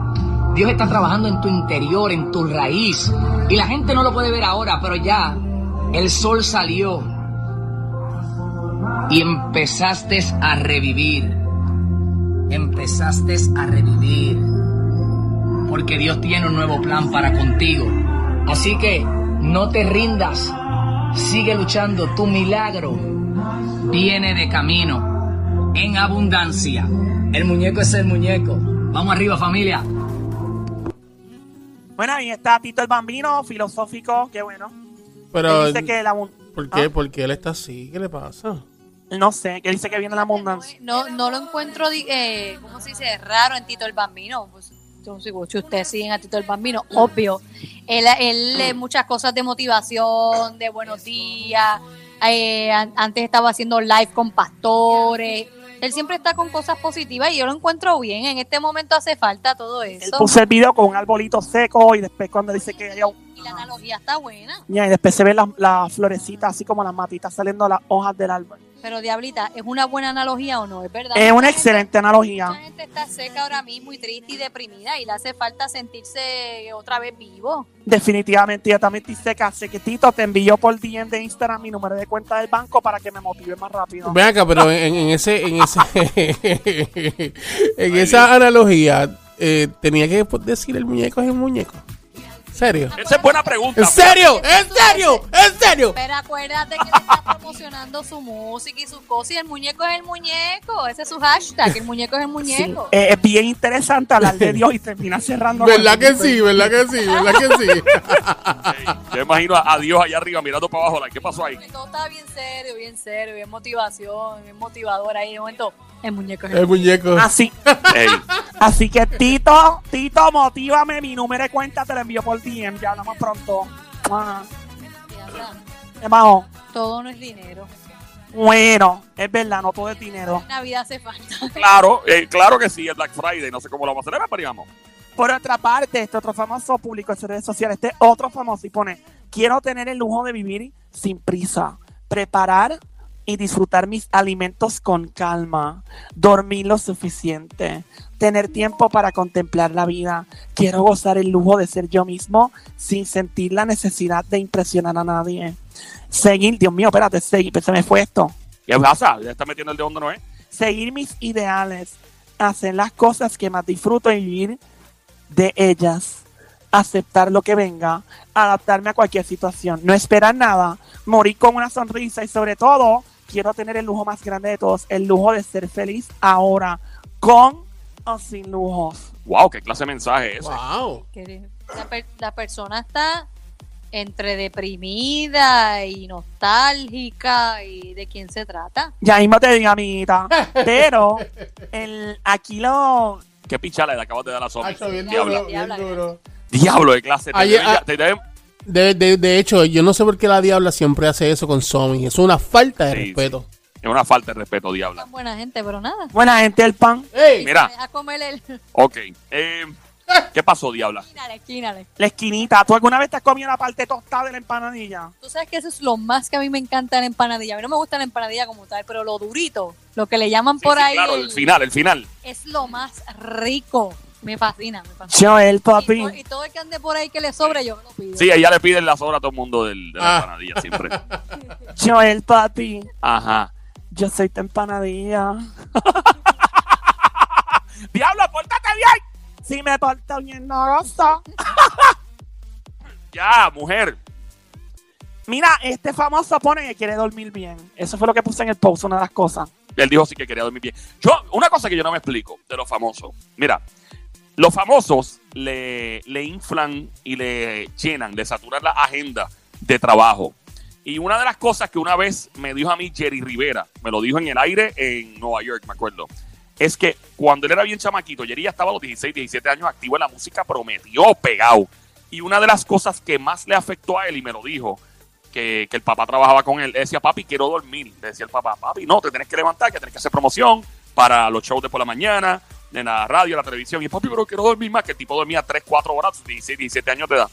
Speaker 6: Dios está trabajando en tu interior, en tu raíz. Y la gente no lo puede ver ahora, pero ya el sol salió. Y empezaste a revivir. Empezaste a revivir. Porque Dios tiene un nuevo plan para contigo. Así que no te rindas. Sigue luchando. Tu milagro viene de camino. En abundancia. El muñeco es el muñeco. Vamos arriba familia.
Speaker 4: Bueno, ahí está Tito el Bambino, filosófico, qué bueno.
Speaker 3: Pero,
Speaker 4: Él dice que la abun- Ah,
Speaker 3: ¿por qué? ¿Por qué él está así? ¿Qué le pasa?
Speaker 4: No sé, que él dice que viene la abundancia.
Speaker 2: No, eh, no lo encuentro, di- eh, ¿cómo se dice? Raro en Tito el Bambino. Pues, yo sigo, si ustedes siguen a Tito el Bambino, obvio. Él, él lee muchas cosas de motivación, de buenos días. eh, an- antes estaba haciendo live con pastores. Él siempre está con cosas positivas y yo lo encuentro bien. En este momento hace falta todo
Speaker 4: Él
Speaker 2: eso.
Speaker 4: puso el video con un arbolito seco y después cuando dice que hay
Speaker 2: Y la analogía está buena.
Speaker 4: Ya, y después se ven las las florecitas, así como las matitas saliendo de las hojas del árbol.
Speaker 2: Pero Diablita, ¿es una buena analogía o no? ¿Es verdad?
Speaker 4: Es
Speaker 2: Mucha
Speaker 4: una
Speaker 2: gente- Mucha
Speaker 4: excelente analogía.
Speaker 2: gente está seca ahora mismo y triste y deprimida y le hace falta sentirse otra vez vivo.
Speaker 4: Definitivamente, yo también estoy seca. Así que Tito te envió por DM de Instagram mi número de cuenta del banco para que me motive más rápido.
Speaker 3: Ven acá, pero en, en ese, en ese, en esa analogía, eh, tenía que decir el muñeco es el muñeco. serio?
Speaker 1: Esa es buena pregunta.
Speaker 3: ¿En serio? ¿En serio? ¿En serio?
Speaker 2: Pero acuérdate que él está promocionando su música y sus cosas. Y el muñeco es el muñeco. Ese es su hashtag. El muñeco es el
Speaker 4: Sí,
Speaker 2: muñeco.
Speaker 4: eh, es bien interesante hablar de Dios y termina cerrando. con
Speaker 3: ¿Verdad
Speaker 4: el
Speaker 3: que
Speaker 4: muñeco.
Speaker 3: sí? ¿Verdad que sí? ¿Verdad que sí?
Speaker 1: Sí, Yo imagino a a Dios allá arriba mirando para abajo. like, ¿Qué pasó ahí?
Speaker 2: Porque todo estaba bien serio, bien serio, bien motivación, bien motivador ahí. De momento, el muñeco es el
Speaker 3: El muñeco.
Speaker 4: Así,
Speaker 1: Ey,
Speaker 4: así que Tito, Tito, motívame. Mi número de cuenta te lo envío por DM. Ya hablamos pronto. Ah,
Speaker 2: muñeco. Diabla,
Speaker 4: ¿Qué más?
Speaker 2: Todo no es dinero.
Speaker 4: Bueno, es verdad, no todo es dinero.
Speaker 2: Navidad hace falta.
Speaker 1: claro, eh, claro que sí, el Black Friday. No sé cómo lo vamos a celebrar, pero digamos.
Speaker 4: Por otra parte, este otro famoso público en sus redes sociales, este otro famoso y pone, quiero tener el lujo de vivir sin prisa, preparar y disfrutar mis alimentos con calma, dormir lo suficiente, tener tiempo para contemplar la vida, quiero gozar el lujo de ser yo mismo sin sentir la necesidad de impresionar a nadie. Seguir, Dios mío, espérate, seguir, se me fue esto
Speaker 1: ¿Qué pasa? Ya está metiendo el de onda, ¿no es?
Speaker 4: seguir mis ideales, hacer las cosas que más disfruto y vivir de ellas, aceptar lo que venga, adaptarme a cualquier situación, no esperar nada, morir con una sonrisa y sobre todo quiero tener el lujo más grande de todos, el lujo de ser feliz ahora, con o sin lujos.
Speaker 1: Wow, qué clase de mensaje es ese.
Speaker 3: Wow.
Speaker 2: Que La, per- la persona está entre deprimida y nostálgica y de quién se trata.
Speaker 4: Ya mismo te digo, amiguita, pero el, aquí lo...
Speaker 1: Qué pichada le acabas de dar a Somi.
Speaker 3: Hacho, Ah, bien
Speaker 1: Diablo,
Speaker 3: duro, bien
Speaker 2: Diabla.
Speaker 3: duro.
Speaker 1: diablo de clase. Te
Speaker 3: Ayer-
Speaker 1: deben-
Speaker 3: a-
Speaker 1: te deben-
Speaker 3: De, de, de hecho, yo no sé por qué la diabla siempre hace eso con Somi. Es una falta de
Speaker 1: Sí,
Speaker 3: respeto.
Speaker 1: Es una falta de respeto, diabla.
Speaker 2: Tan buena gente, pero nada.
Speaker 4: Buena gente, el pan.
Speaker 3: ¡Ey!
Speaker 1: Mira.
Speaker 2: A comer el.
Speaker 1: Ok. eh, ¿Qué pasó, diabla?
Speaker 2: Quínale, quínale.
Speaker 4: La esquinita, ¿tú alguna vez te has comido la parte tostada de la empanadilla?
Speaker 2: Tú sabes que eso es lo más que a mí me encanta la empanadilla. A mí no me gusta la empanadilla como tal, pero lo durito, lo que le llaman
Speaker 1: Sí,
Speaker 2: por
Speaker 1: sí,
Speaker 2: ahí,
Speaker 1: Claro,
Speaker 2: el-
Speaker 1: el final, el final.
Speaker 2: es lo más rico. Me fascina, me fascina.
Speaker 4: Joel,
Speaker 2: Y,
Speaker 4: papi.
Speaker 2: to- y todo el que ande por ahí que le sobre, yo lo pido.
Speaker 1: Sí, ella le piden la sobra a todo el mundo del, de la
Speaker 3: Ah.
Speaker 1: empanadilla siempre.
Speaker 4: Joel, papi.
Speaker 1: Ajá.
Speaker 4: Yo soy tu empanadilla.
Speaker 1: ¡Diablo, pórtate bien!
Speaker 4: Si me porto bien, no gozo.
Speaker 1: Ya, mujer.
Speaker 4: Mira, este famoso pone que quiere dormir bien. Eso fue lo que puse en el post, una de las cosas.
Speaker 1: Él dijo sí que quería dormir bien. Yo, una cosa que yo no me explico de los famosos. Mira, los famosos le, le inflan y le llenan, le saturan la agenda de trabajo. Y una de las cosas que una vez me dijo a mí Jerry Rivera, me lo dijo en el aire en Nueva York, me acuerdo, es que cuando él era bien chamaquito, Jerry ya estaba a los 16, 17 años activo en la música, prometió pegado. Y una de las cosas que más le afectó a él, y me lo dijo, que, que el papá trabajaba con él. Le decía, papi, quiero dormir. Le decía el papá, papi, no, te tienes que levantar, que tienes que hacer promoción para los shows de por la mañana, en la radio, en la televisión. Y papi, pero quiero dormir más, que el tipo dormía 3, 4 horas, sus 16, 17 años de edad.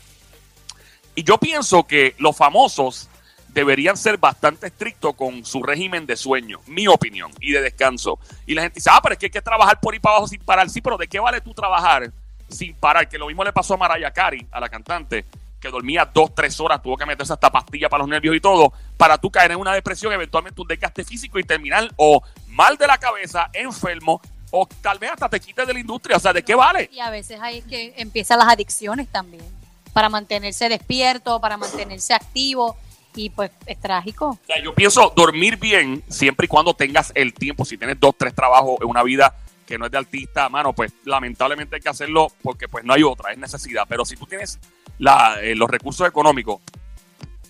Speaker 1: Y yo pienso que los famosos deberían ser bastante estrictos con su régimen de sueño, mi opinión, y de descanso. Y la gente dice, ah, pero es que hay que trabajar por ahí para abajo sin parar. Sí, pero ¿de qué vale tú trabajar sin parar? Que lo mismo le pasó a Mariah Carey, a la cantante, que dormía dos, tres horas, tuvo que meterse hasta pastillas para los nervios y todo, para tú caer en una depresión, eventualmente un desgaste físico y terminar o mal de la cabeza, enfermo, o tal vez hasta te quites de la industria. O sea, ¿de qué vale?
Speaker 2: Y a veces ahí es que empiezan las adicciones también. Para mantenerse despierto, para mantenerse activo. Y pues es trágico.
Speaker 1: O sea, yo pienso dormir bien siempre y cuando tengas el tiempo. Si tienes dos, tres trabajos en una vida que no es de artista, mano, pues lamentablemente hay que hacerlo porque pues no hay otra, es necesidad. Pero si tú tienes la- eh, los recursos económicos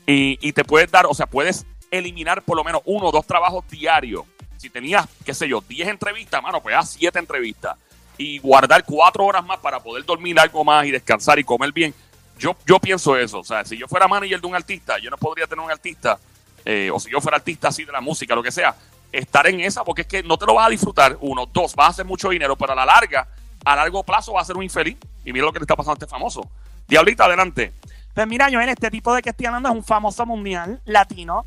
Speaker 1: y, y te puedes dar, o sea, puedes eliminar por lo menos uno o dos trabajos diarios. Si tenías, qué sé yo, 10 entrevistas, mano, pues haz 7 entrevistas y guardar cuatro horas más para poder dormir algo más y descansar y comer bien. Yo, yo pienso eso. O sea, si yo fuera manager de un artista, yo no podría tener un artista, eh, o si yo fuera artista así de la música, lo que sea, estar en esa, porque es que no te lo vas a disfrutar. Uno, dos, vas a hacer mucho dinero, pero a la larga, a largo plazo vas a ser un infeliz. Y mira lo que le está pasando a este famoso. Diablita, adelante.
Speaker 4: Pues mira, Joel, este tipo de que estoy hablando es un famoso mundial latino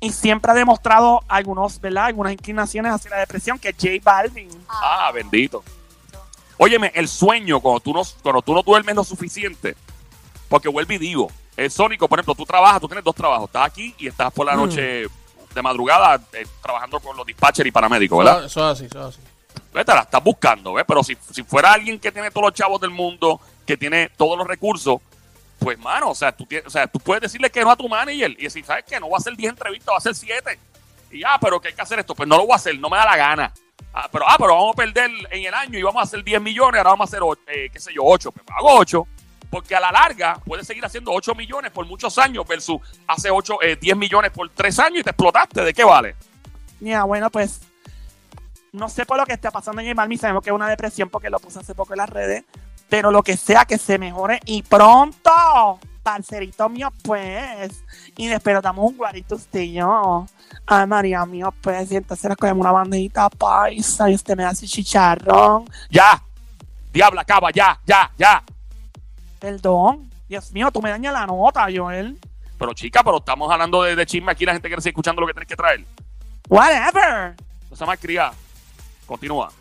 Speaker 4: y siempre ha demostrado algunos, ¿verdad? Algunas inclinaciones hacia la depresión, que es J Balvin.
Speaker 1: Ah, bendito. Óyeme, el sueño, cuando tú no, cuando tú no duermes lo suficiente, porque vuelvo y digo, el Sónico, por ejemplo, tú trabajas, tú tienes dos trabajos, estás aquí y estás por la noche de madrugada eh, trabajando con los dispatchers y paramédicos, ¿verdad?
Speaker 3: Eso es así, eso es así.
Speaker 1: Vete, la estás buscando, ¿ves? Pero si, si fuera alguien que tiene todos los chavos del mundo, que tiene todos los recursos, pues mano, o sea, tú, tienes- o sea, tú puedes decirle que no a tu manager y decir, ¿sabes qué? No va a hacer 10 entrevistas, va a hacer 7. Y ah, pero que hay que hacer esto. Pues no lo voy a hacer, no me da la gana. Ah, pero, ah, pero vamos a perder en el año y vamos a hacer 10 millones, ahora vamos a hacer, o- eh, qué sé yo, 8. Pues hago 8. Porque a la larga puedes seguir haciendo 8 millones por muchos años versus hace 8, 10 millones por 3 años y te explotaste. ¿De qué vale?
Speaker 4: Ya, bueno, pues no sé por lo que está pasando en J Balvin, sabemos que es una depresión porque lo puse hace poco en las redes, pero lo que sea que se mejore y pronto, parcerito mío, pues. Y despertamos un guarito usted y yo. Ay, María mío, pues, y entonces nos cogemos una bandejita paisa y usted me hace chicharrón.
Speaker 1: Ya. Diabla, acaba, ya, ya, ya.
Speaker 4: Perdón. Dios mío, tú me dañas la nota, Joel.
Speaker 1: Pero chica, pero estamos hablando de, de chisme aquí, la gente quiere seguir escuchando lo que tienes que traer.
Speaker 4: Whatever.
Speaker 1: No sea más criada. Continúa.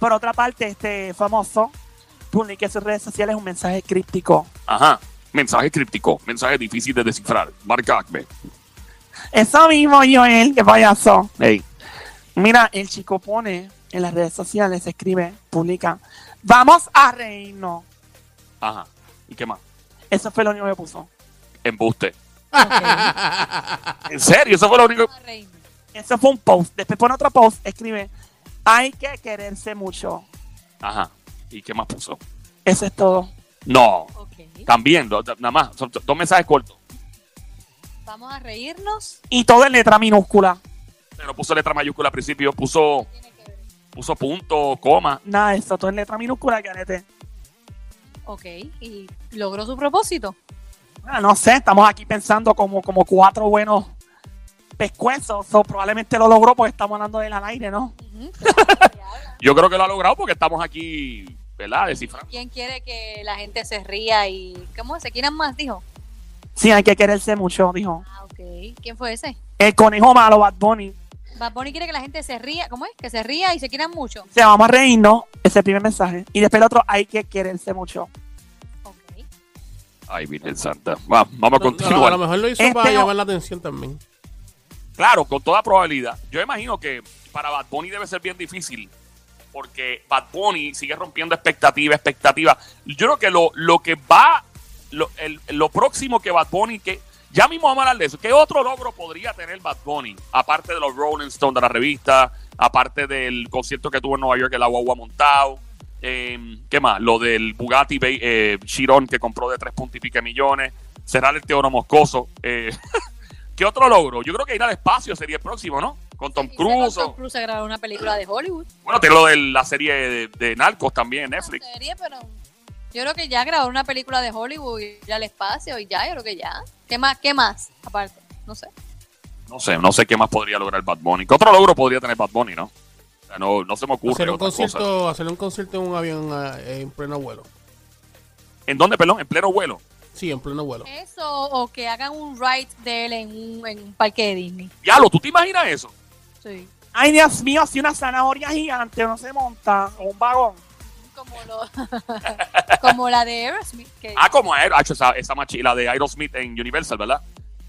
Speaker 4: Por otra parte, este famoso publica en sus redes sociales un mensaje críptico.
Speaker 1: Ajá. Mensaje críptico, mensaje difícil de descifrar. Marca Acme.
Speaker 4: Eso mismo, Joel, que payaso.
Speaker 1: Ey.
Speaker 4: Mira, el chico pone en las redes sociales, escribe, publica, vamos a reírnos.
Speaker 1: Ajá. ¿Y qué más?
Speaker 4: Eso fue lo único que puso.
Speaker 1: Embuste. ¿En serio? Eso fue lo único.
Speaker 2: A reírme.
Speaker 4: Eso fue un post. Después pone otro post, escribe, hay que quererse mucho.
Speaker 1: Ajá. ¿Y qué más puso?
Speaker 4: Eso es todo.
Speaker 1: No.
Speaker 2: Ok.
Speaker 1: También, do- do- nada más. Son do- dos mensajes cortos.
Speaker 2: Vamos a reírnos.
Speaker 4: Y todo en letra minúscula.
Speaker 1: Pero puso letra mayúscula al principio, puso,
Speaker 2: Tiene que ver.
Speaker 1: puso punto, coma.
Speaker 4: Nada de eso, todo en letra minúscula, carete.
Speaker 2: Ok. Y logró su propósito.
Speaker 4: Ah, no sé, estamos aquí pensando como, como cuatro buenos pescuezos. O probablemente lo logró porque estamos hablando del al aire, ¿no?
Speaker 2: Ujú.
Speaker 1: Yo creo que lo ha logrado porque estamos aquí, ¿verdad? Descifrando.
Speaker 2: ¿Quién quiere que la gente se ría y. ¿Cómo se quieran más? Dijo.
Speaker 4: Sí, hay que quererse mucho, dijo.
Speaker 2: Ah, ok. ¿Quién fue ese?
Speaker 4: El conejo malo, Bad Bunny.
Speaker 2: Bad Bunny quiere que la gente se ría. ¿Cómo es? Que se ría y se quieran mucho.
Speaker 4: Se vamos a reírnos. Ese es el primer mensaje. Y después el otro, hay que quererse mucho.
Speaker 2: Ok.
Speaker 1: Ay, Virgen Santa. Va, vamos a
Speaker 3: A
Speaker 1: continuar.
Speaker 3: lo mejor lo hizo
Speaker 4: Este
Speaker 3: para
Speaker 4: no-
Speaker 3: llamar la atención también.
Speaker 1: Claro, con toda probabilidad. Yo imagino que para Bad Bunny debe ser bien difícil. Porque Bad Bunny sigue rompiendo expectativa, expectativa. Yo creo que lo, lo que va, lo, el- lo próximo que Bad Bunny, que ya mismo vamos a hablar de eso. ¿Qué otro logro podría tener Bad Bunny? Aparte de los Rolling Stones de la revista, aparte del concierto que tuvo en Nueva York, el agua montado. eh, ¿Qué más? Lo del Bugatti Be- eh, Chiron que compró de tres puntos y pico millones. Cerrar el teoro moscoso. eh, ¿Qué otro logro? Yo creo que ir al espacio sería el próximo, ¿no? Con Tom
Speaker 2: Y
Speaker 1: Cruise.
Speaker 2: Tom
Speaker 1: o-
Speaker 2: Cruise a grabar una película de Hollywood.
Speaker 1: Bueno, tiene lo de la serie de, de Narcos también en
Speaker 2: Una
Speaker 1: Netflix.
Speaker 2: serie, pero yo creo que ya grabar una película de Hollywood, ir al espacio y ya, yo creo que ya. ¿Qué más? ¿Qué más? Aparte, no sé.
Speaker 1: No sé, no sé qué más podría lograr Bad Bunny. ¿Qué otro logro podría tener Bad Bunny, no? O sea, no, no se me ocurre
Speaker 3: Hacer un,
Speaker 1: otra cosa.
Speaker 3: concierto, hacer un concierto en un avión ah, en pleno vuelo.
Speaker 1: ¿En dónde, perdón? ¿En pleno vuelo?
Speaker 3: Sí, en pleno
Speaker 4: Eh,
Speaker 3: vuelo.
Speaker 2: Eso o que hagan un ride de él en un, en un parque de Disney.
Speaker 1: Diablo, ¿tú te imaginas eso?
Speaker 2: Sí.
Speaker 4: Ay, Dios mío, si una zanahoria gigante no se monta, o un vagón.
Speaker 2: Como, lo- como la de Aerosmith. Que
Speaker 1: Ah, como Aero- ah, esa, esa machi- la de Aerosmith en Universal, ¿verdad?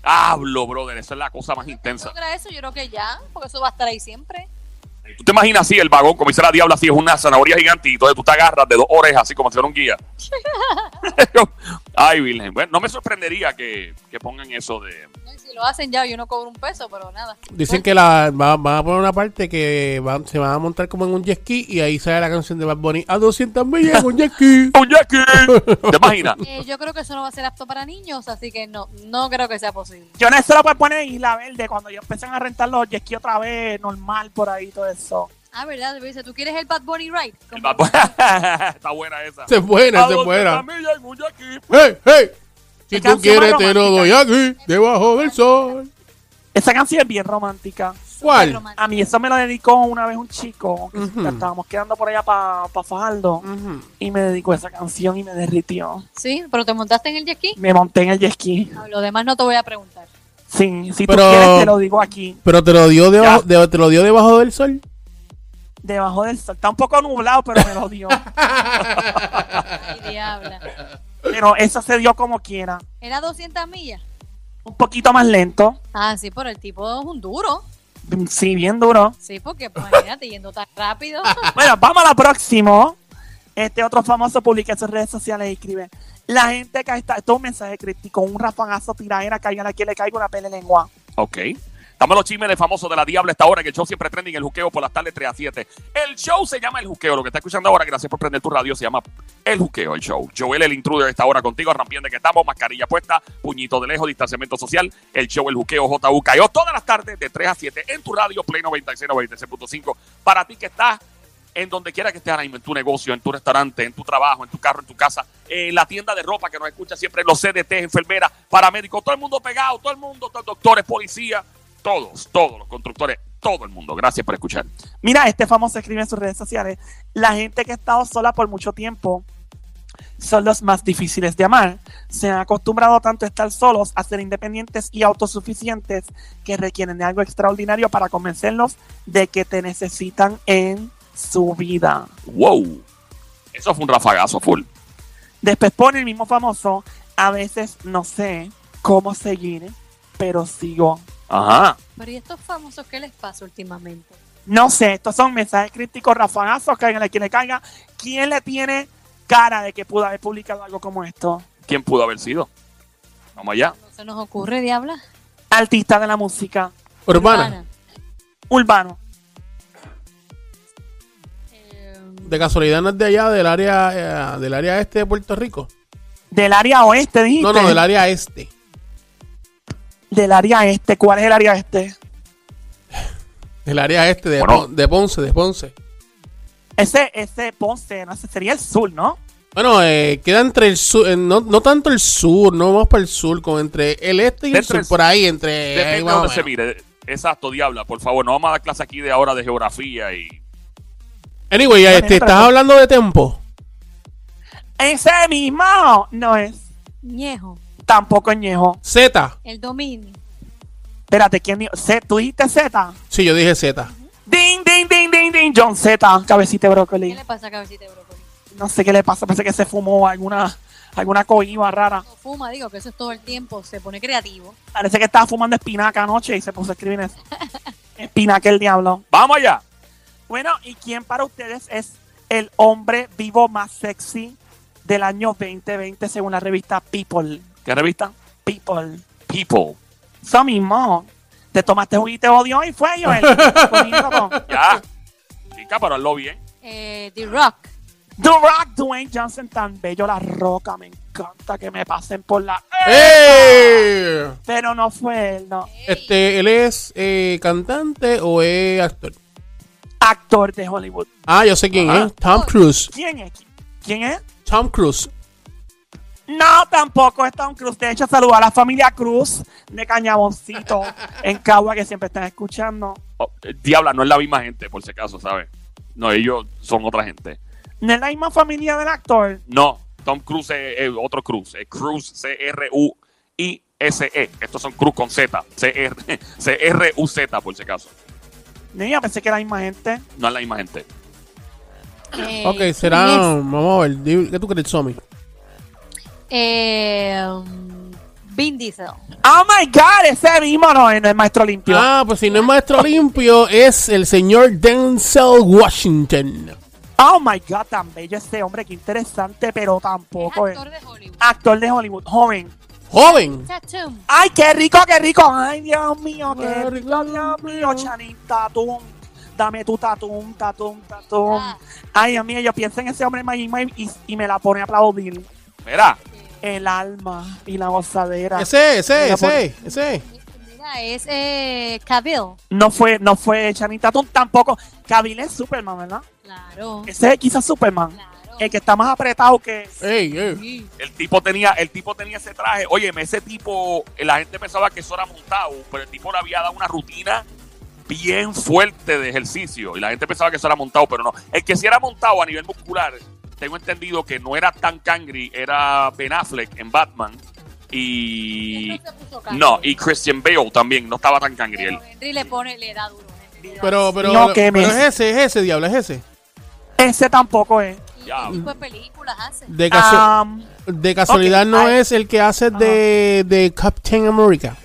Speaker 1: Hablo, brother, esa es la cosa más intensa.
Speaker 2: logra eso, yo creo que ya, porque eso va a estar ahí siempre.
Speaker 1: ¿Tú te imaginas así el vagón, como dice la diabla, así es una zanahoria gigante y entonces tú te agarras de dos orejas, así como si fuera un guía? Ay, Virgen. Bueno, no me sorprendería que, que pongan eso de...
Speaker 2: No, y si lo hacen ya, yo no cobro un peso, pero nada.
Speaker 4: eh.
Speaker 3: Dicen que la, va- van a poner una parte que van- se van a montar como en un jet ski y ahí sale la canción de Bad Bunny. A 200 millas en un jet ski.
Speaker 1: ¡Un Jackie! ¿Te imaginas?
Speaker 2: Eh, yo creo que eso no va a ser apto para niños, así que no, no creo que sea posible.
Speaker 4: Yo no se lo puedo poner en Isla Verde cuando ellos empiezan a rentar los jet ski otra vez, normal, por ahí, todo eso.
Speaker 2: Ah, ¿verdad? Dice, ¿tú quieres el Bad Bunny Ride?
Speaker 1: El Bad Bunny. Está buena esa.
Speaker 3: Se buena,
Speaker 1: A
Speaker 3: se
Speaker 1: 200
Speaker 3: buena.
Speaker 1: millas en un Jackie.
Speaker 3: ¡Hey, hey! Si
Speaker 4: Es
Speaker 3: tú
Speaker 4: canción
Speaker 3: quieres,
Speaker 4: más
Speaker 3: te lo doy
Speaker 4: romántica.
Speaker 3: aquí, debajo del sol.
Speaker 4: Esa canción es bien romántica.
Speaker 3: ¿Cuál?
Speaker 2: Romántico.
Speaker 4: A mí eso me lo dedicó una vez un chico. que
Speaker 3: Ujú.
Speaker 4: Estábamos quedando por allá para Fajardo.
Speaker 3: Ujú.
Speaker 4: Y me dedicó esa canción y me derritió.
Speaker 2: Sí, pero te montaste en el jet ski.
Speaker 4: Me monté en el jet ski.
Speaker 2: Ah, Lo demás no te voy a preguntar.
Speaker 4: Sí, si
Speaker 3: Pero-
Speaker 4: tú quieres te lo digo aquí.
Speaker 3: Pero te lo dio debajo, de- te lo dio debajo del sol.
Speaker 4: Debajo del sol. Está un poco nublado, pero me lo dio.
Speaker 2: Ay, diabla.
Speaker 4: pero eso se dio como quiera.
Speaker 2: Era 200 millas.
Speaker 4: Un poquito más lento.
Speaker 2: Ah, sí, pero el tipo es un duro.
Speaker 4: Sí, bien duro.
Speaker 2: Sí, porque pues, imagínate yendo tan rápido.
Speaker 4: Bueno, vamos a la próxima. Este otro famoso publica en sus redes sociales y escribe: La gente que está. Esto es un mensaje crítico, un rafagazo tiradera, caigan aquí, le caigo una pele lengua.
Speaker 1: Ok. Dame los chismes de famosos de la Diabla a esta hora, que el show siempre trending el juqueo por las tardes 3 a 7. El show se llama El Juqueo. Lo que está escuchando ahora, gracias por prender tu radio, se llama El Juqueo, el show. Joel, el intruder, a esta hora contigo, rampiendo que estamos, mascarilla puesta, puñito de lejos, distanciamiento social. El show El Juqueo, JUKEO, E todas las tardes de 3 a 7 en tu radio, Play 96, 96.5. Para ti que estás en donde quiera que estés ahora mismo, en tu negocio, en tu restaurante, en tu trabajo, en tu carro, en tu casa, en la tienda de ropa que nos escucha siempre, los CDT, enfermeras, paramédicos, todo el mundo pegado, todo el mundo, todos los doctores, policías, todos, todos los constructores, todo el mundo. Gracias por escuchar.
Speaker 4: Mira, este famoso escribe en sus redes sociales: La gente que ha estado sola por mucho tiempo son los más difíciles de amar. Se han acostumbrado tanto a estar solos, a ser independientes y autosuficientes, que requieren de algo extraordinario para convencerlos de que te necesitan en su vida.
Speaker 1: ¡Wow! Eso fue un rafagazo full.
Speaker 4: Después pone el mismo famoso: A veces no sé cómo seguir, pero sigo
Speaker 1: Ajá.
Speaker 2: Pero ¿y estos famosos qué les pasa últimamente?
Speaker 4: No sé, estos son mensajes críticos, rafagazos, caigan a quien le caiga. ¿Quién le tiene cara de que pudo haber publicado algo como esto?
Speaker 1: ¿Quién pudo haber sido? Vamos allá.
Speaker 2: No se nos ocurre, diabla.
Speaker 4: Artista de la música,
Speaker 3: Urbana,
Speaker 4: urbano.
Speaker 2: Eh,
Speaker 3: de casualidad no es de allá, del área, eh, del área este de Puerto Rico.
Speaker 4: Del área oeste, dijiste.
Speaker 3: No, no, del área este.
Speaker 4: Del área este. ¿Cuál es el área este?
Speaker 3: Del área este de,
Speaker 1: Bueno.
Speaker 3: Pon- de Ponce, de Ponce.
Speaker 4: Ese, ese Ponce, no sé, sería el sur, ¿no?
Speaker 3: Bueno, eh, queda entre el sur, eh, no, no tanto el sur, no vamos para el sur, como entre el este y el
Speaker 1: Dentro
Speaker 3: sur,
Speaker 1: del-
Speaker 3: por ahí, entre...
Speaker 1: Depende
Speaker 3: Eh, ahí
Speaker 1: de
Speaker 3: más o
Speaker 1: dónde se
Speaker 3: menos.
Speaker 1: mire. Exacto, Diabla, por favor. No vamos a dar clase aquí de ahora de geografía y.
Speaker 3: Anyway,
Speaker 4: Bueno,
Speaker 3: este,
Speaker 4: otra
Speaker 3: estás
Speaker 4: cosa.
Speaker 3: hablando de tempo.
Speaker 4: Ese mismo no es.
Speaker 2: Ñejo,
Speaker 4: Tampoco es Ñejo.
Speaker 3: Z.
Speaker 2: el dominio.
Speaker 4: Espérate, ¿quién dijo? Z, ¿Tú dijiste Z?
Speaker 3: Sí, yo dije Z.
Speaker 4: Ding, ding, ding, ding, ding. John Z, cabecita de
Speaker 2: ¿Qué
Speaker 4: brócoli.
Speaker 2: le pasa a Cabecita de Brócoli?
Speaker 4: No sé qué le pasa, parece que se fumó alguna, alguna cohiba rara.
Speaker 2: No fuma, digo que eso es todo el tiempo, se pone creativo.
Speaker 4: Parece que estaba fumando espinaca anoche y se puso a escribir eso. espinaca el diablo.
Speaker 1: ¡Vamos allá!
Speaker 4: Bueno, ¿y quién para ustedes es el hombre vivo más sexy del año 2020 según la revista People?
Speaker 1: ¿Qué revista?
Speaker 4: People.
Speaker 1: People.
Speaker 4: Eso mismo. Te tomaste un y te odió y fue Joel.
Speaker 1: Ya. Chica, pero hazlo bien.
Speaker 2: Eh, The Rock,
Speaker 4: The Rock, Dwayne Johnson, tan bello, la roca. Me encanta que me pasen por la...
Speaker 3: ¡Eh!
Speaker 4: Pero no fue él, no.
Speaker 3: Este, ¿él es eh, cantante o es actor?
Speaker 4: Actor de Hollywood.
Speaker 3: Ah, yo sé quién
Speaker 1: Ajá.
Speaker 3: es. Tom Cruise.
Speaker 4: ¿Quién es? ¿Quién es?
Speaker 3: Tom Cruise.
Speaker 4: No, tampoco es Tom Cruz. De hecho, saluda a la familia Cruz de Cañaboncito en Cagua que siempre están escuchando.
Speaker 1: Oh, eh, Diabla no es la misma gente, por si acaso, ¿sabes? No, ellos son otra gente.
Speaker 4: No es la misma familia del actor.
Speaker 1: No, Tom Cruise es, es otro Cruz. Es Cruz, C-R-U-I-S-E. E. Estos son Cruz con Z. C-R- C-R-U-Z, por si acaso.
Speaker 4: Niña, pensé que era la misma gente.
Speaker 1: No es la misma gente.
Speaker 2: eh,
Speaker 3: Ok, será...
Speaker 2: ¿quién es?
Speaker 3: Vamos a ver, di- ¿qué tú crees, Somi?
Speaker 2: Eh, um, Vin Diesel.
Speaker 4: Oh my God, ese mismo no es, no es maestro limpio.
Speaker 3: Ah, pues si no es maestro limpio, es el señor Denzel Washington.
Speaker 4: Oh my God, tan bello ese hombre, qué interesante, pero tampoco
Speaker 2: es
Speaker 4: es.
Speaker 2: actor de Hollywood.
Speaker 4: Actor de Hollywood, joven.
Speaker 3: Joven.
Speaker 2: Tatum.
Speaker 4: Ay, qué rico, qué rico. Ay, Dios mío, qué
Speaker 3: Qué
Speaker 4: rico,
Speaker 3: rico,
Speaker 4: Dios mío,
Speaker 3: mío.
Speaker 4: Chanin, tatum. Dame tu tatum, tatum, tatum.
Speaker 2: Ah.
Speaker 4: Ay, Dios mío, yo pienso en ese hombre Magic Mike y, y me la pone a aplaudir.
Speaker 1: Mira,
Speaker 4: El alma y la gozadera.
Speaker 3: Ese, ese,
Speaker 4: Mira, por-
Speaker 3: ese, ese.
Speaker 2: Mira, es eh, Cavill.
Speaker 4: No fue, no fue Channing Tatum tampoco. Kabil es Superman, ¿verdad?
Speaker 2: Claro.
Speaker 4: Ese es quizás Superman.
Speaker 2: claro.
Speaker 4: El que está más apretado que.
Speaker 3: Ey, ey.
Speaker 2: Sí.
Speaker 1: el tipo tenía, el tipo tenía ese traje. Óyeme, ese tipo, la gente pensaba que eso era montado, pero el tipo le había dado una rutina bien fuerte de ejercicio. Y la gente pensaba que eso era montado, pero no. El que sí era montado a nivel muscular, tengo entendido que no era tan cangri, era Ben Affleck en Batman. Y.
Speaker 2: Él no se puso cangre.
Speaker 1: No, y Christian Bale también, no estaba tan cangri.
Speaker 2: Pero
Speaker 1: él.
Speaker 2: Henry le pone, le da duro. Henry le da
Speaker 3: Pero, pero,
Speaker 4: No, que
Speaker 3: pero
Speaker 4: me-
Speaker 3: es ese, es ese, diablo, es ese.
Speaker 4: Ese tampoco es.
Speaker 2: duro. ¿Y
Speaker 1: Ya.
Speaker 2: qué tipo de películas hace?
Speaker 3: De, casu-
Speaker 4: Am,
Speaker 3: de casualidad
Speaker 4: Ah, ok,
Speaker 3: no
Speaker 4: ay.
Speaker 3: es el que hace de, de Captain America.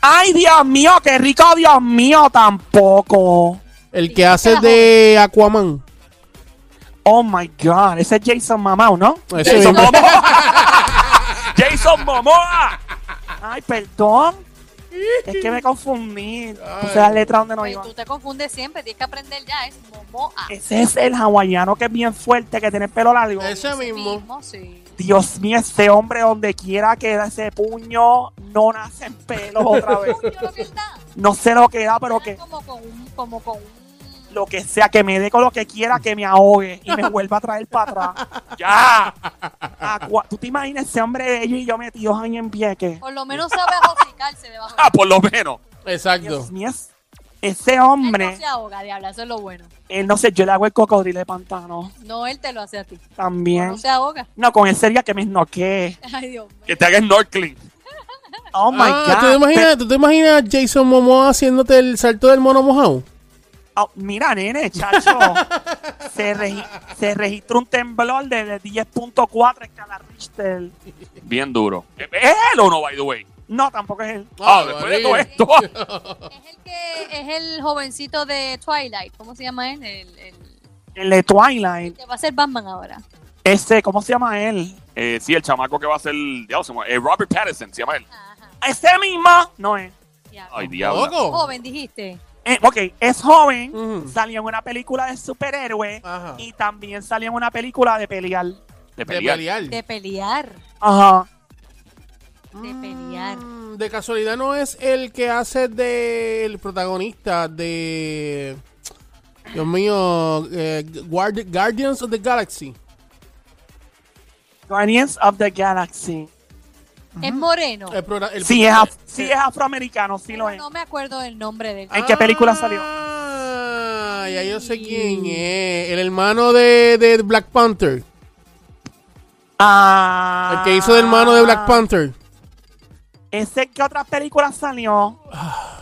Speaker 4: ay, Dios mío, qué rico, Dios mío, tampoco.
Speaker 3: El
Speaker 2: Sí,
Speaker 3: que
Speaker 2: ese
Speaker 3: hace
Speaker 2: era
Speaker 3: de Aquaman.
Speaker 4: Oh my God, ese es Jason Mamau, ¿no?
Speaker 3: Ese
Speaker 1: Jason
Speaker 3: mismo.
Speaker 1: Momoa. Jason Momoa.
Speaker 4: Ay, perdón. Es que me confundí. Puse la letra donde no
Speaker 2: Oye,
Speaker 4: iba.
Speaker 2: tú te confundes siempre, tienes que aprender ya, es Momoa.
Speaker 4: Ese es el hawaiano que es bien fuerte, que tiene el pelo largo.
Speaker 3: Ese mismo.
Speaker 2: sí.
Speaker 4: Dios mío, ese hombre donde quiera que da ese puño, no nace en pelo otra vez.
Speaker 2: Yo lo que él da,
Speaker 4: No sé lo que da, pero
Speaker 2: da
Speaker 4: que
Speaker 2: Como con un, como con un...
Speaker 4: lo que sea, que me dé con lo que quiera, que me ahogue y me vuelva a traer para atrás.
Speaker 1: Ya.
Speaker 4: Agua- ¿Tú te imaginas ese hombre bello y yo metidos ahí en vieque?
Speaker 2: Por lo menos sabe ajocicarse debajo de
Speaker 1: Ah, por lo menos.
Speaker 3: Exacto.
Speaker 4: Dios mío, es- ese
Speaker 2: Él no
Speaker 4: hombre,
Speaker 2: se ahoga, diabla, eso es lo bueno.
Speaker 4: él no sé, yo le hago el cocodrilo de pantano
Speaker 2: No, él te lo hace a ti.
Speaker 4: también.
Speaker 2: No se ahoga.
Speaker 4: No, con él sería que me noquee.
Speaker 2: Ay, Dios mío.
Speaker 1: Que te haga snorkeling.
Speaker 4: Oh my
Speaker 3: Ah,
Speaker 4: God.
Speaker 3: ¿tú, te imaginas, ¿Tú te imaginas Jason Momoa haciéndote el salto del mono mojado?
Speaker 4: Oh, mira, nene, chacho. se, regi- se registró un temblor de, de 10.4 escala Richter.
Speaker 1: Bien duro. ¿Es él o no, by the way?
Speaker 4: No, tampoco es él.
Speaker 1: Ah, después de todo esto. ah.
Speaker 2: Es el que es el jovencito de Twilight. ¿Cómo se llama él? El, el-
Speaker 4: El de Twilight.
Speaker 2: que va a ser Batman ahora.
Speaker 4: Ese, ¿cómo se llama él?
Speaker 1: Eh, sí, el chamaco que va a ser. diablo, se llama- eh, Robert Pattinson se llama él.
Speaker 2: Ajá.
Speaker 4: Ese mismo. No es.
Speaker 2: diablo.
Speaker 1: Ay, diablo.
Speaker 3: ¿Loco?
Speaker 2: Joven, dijiste.
Speaker 4: Eh, ok, es joven.
Speaker 3: Ujú.
Speaker 4: Salió en una película de superhéroe.
Speaker 3: Ajá.
Speaker 4: Y también salió en una película de pelear.
Speaker 1: De
Speaker 3: De
Speaker 1: pelear.
Speaker 2: De pelear.
Speaker 4: Ajá.
Speaker 2: De pelear.
Speaker 3: Mm, De casualidad no es el que hace del protagonista de... Dios mío, eh, Guardi- Guardians of the Galaxy.
Speaker 4: Guardians of the Galaxy.
Speaker 2: Es moreno.
Speaker 3: El prota- el-
Speaker 4: Sí es, af-
Speaker 3: eh,
Speaker 4: sí es afroamericano, sí lo
Speaker 2: Pero
Speaker 4: es.
Speaker 2: no me acuerdo del nombre del.
Speaker 4: ¿En qué película salió?
Speaker 3: Ah, ya yo sé quién es. El hermano de, de Black Panther.
Speaker 4: Ah.
Speaker 3: El que hizo de hermano de Black Panther.
Speaker 4: ¿Ese que otras películas salió?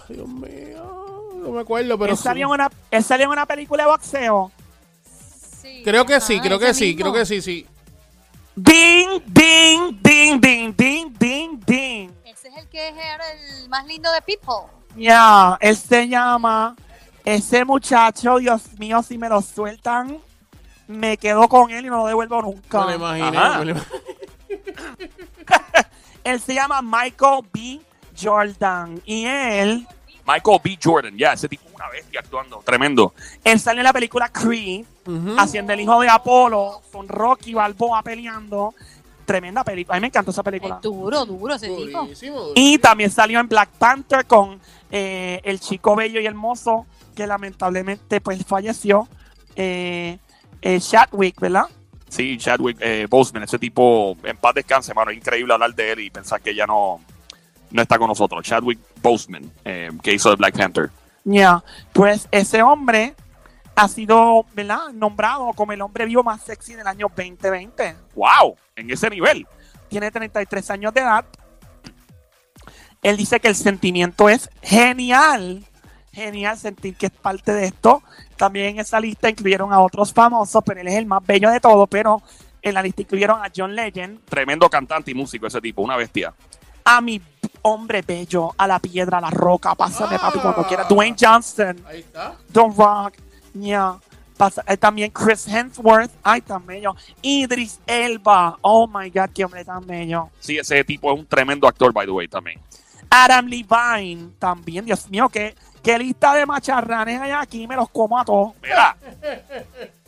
Speaker 3: Dios mío, no me acuerdo, pero
Speaker 4: él,
Speaker 3: sí.
Speaker 4: salió en una, él salió en una película de boxeo.
Speaker 2: Sí,
Speaker 3: creo que
Speaker 2: ajá,
Speaker 3: sí, creo que
Speaker 2: Ah, ese
Speaker 3: sí,
Speaker 2: mismo.
Speaker 3: creo que sí, sí.
Speaker 4: Ding, ding, ding, ding, ding, ding, ding.
Speaker 2: Ese es el que es ahora el más lindo de People.
Speaker 4: Ya, él se llama. Ese muchacho, Dios mío, si me lo sueltan, me quedo con él y no lo devuelvo nunca.
Speaker 3: No le imaginé.
Speaker 1: Ajá.
Speaker 3: no le imag-
Speaker 4: él se llama Michael B. Jordan. Y él,
Speaker 1: Michael B. Jordan. Ya, ese tipo es una bestia actuando. Tremendo.
Speaker 4: él sale en la película Creed,
Speaker 3: Ujú.
Speaker 4: haciendo el hijo de Apolo, con Rocky Balboa peleando. Tremenda película. A mí me encantó esa película.
Speaker 2: Es duro, duro ese tipo.
Speaker 3: Durísimo, durísimo.
Speaker 4: Y también salió en Black Panther con eh, el chico bello y hermoso que lamentablemente pues falleció. Eh, eh, Chadwick, ¿verdad?
Speaker 1: Sí, Chadwick eh, Boseman, ese tipo, en paz descanse, mano. Es increíble hablar de él y pensar que ya no, no está con nosotros. Chadwick Boseman, eh, que hizo de Black Panther.
Speaker 4: Ya, pues ese hombre ha sido, ¿verdad? Nombrado como el hombre vivo más sexy del año 2020.
Speaker 1: ¡Wow! En ese nivel.
Speaker 4: Tiene 33 años de edad. Él dice que el sentimiento es genial. Genial sentir que es parte de esto. También en esa lista incluyeron a otros famosos, pero él es el más bello de todos. Pero en la lista incluyeron a John Legend,
Speaker 1: Tremendo cantante y músico ese tipo, una bestia.
Speaker 4: a mi hombre bello, a la piedra, a la roca, pásame
Speaker 3: Ah.
Speaker 4: papi cuando quiera. Dwayne Johnson,
Speaker 3: Ahí está.
Speaker 4: Don Rock, yeah. Pasa- eh, también Chris Hemsworth, ay tan bello. Idris Elba, oh my god, qué hombre tan bello.
Speaker 1: Sí, ese tipo es un tremendo actor, by the way, también.
Speaker 4: Adam Levine, también, Dios mío, qué, qué lista de macharranes hay aquí, me los como a todos.
Speaker 1: Mira,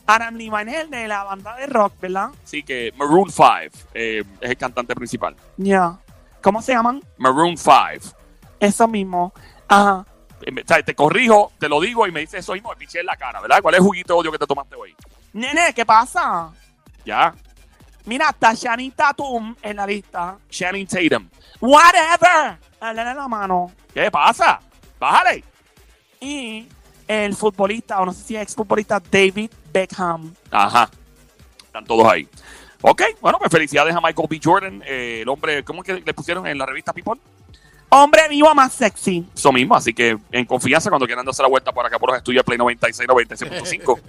Speaker 4: Adam Levine es el de la banda de rock, ¿verdad?
Speaker 1: sí que Maroon 5 eh, es el cantante principal.
Speaker 4: Yeah. ¿Cómo se llaman?
Speaker 1: Maroon 5.
Speaker 4: Eso mismo. Ajá.
Speaker 1: Eh, me- o sea, te corrijo, te lo digo y me dices eso mismo, me piché en la cara, ¿verdad? ¿Cuál es el juguito de odio que te tomaste hoy?
Speaker 4: Nene, ¿qué pasa?
Speaker 1: Ya.
Speaker 4: Mira, está Shani Tatum en la lista.
Speaker 1: Shannon Tatum.
Speaker 4: Whatever. Dale la mano.
Speaker 1: ¿Qué pasa? Bájale.
Speaker 4: Y el futbolista, o no sé si es exfutbolista, David Beckham.
Speaker 1: Ajá. Están todos ahí. Ok, bueno, pues felicidades a Michael B. Jordan, eh, el hombre, ¿cómo es que le pusieron en la revista People?
Speaker 4: Hombre vivo más sexy.
Speaker 1: Eso mismo, así que en confianza, cuando quieran darse la vuelta por acá por los estudios de Play 96, 96.5,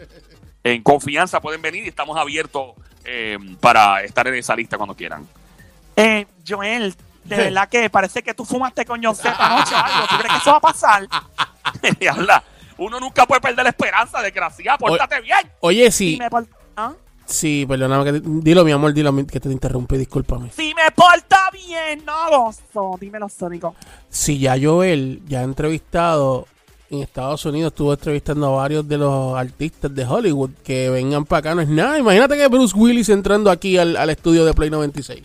Speaker 1: en confianza pueden venir y estamos abiertos eh, para estar en esa lista cuando quieran.
Speaker 4: Eh, Joel, de
Speaker 3: Sí.
Speaker 4: verdad que parece que tú fumaste con John Z anoche o algo. ¿Tú crees que eso va a pasar?
Speaker 1: Y habla, uno nunca puede perder la esperanza, desgraciada, pórtate bien.
Speaker 3: Oye,
Speaker 4: Y
Speaker 3: sí.
Speaker 4: me por- ¿Ah?
Speaker 3: Sí, perdóname. Que te- dilo, mi amor, dilo mi- que te interrumpí, discúlpame.
Speaker 4: Si me porta bien, no gozo. Dímelo, Sónico.
Speaker 3: Si ya Joel ya ha entrevistado en Estados Unidos, estuvo entrevistando a varios de los artistas de Hollywood que vengan para acá, no es nada. Imagínate que Bruce Willis entrando aquí al, al estudio de Play 96.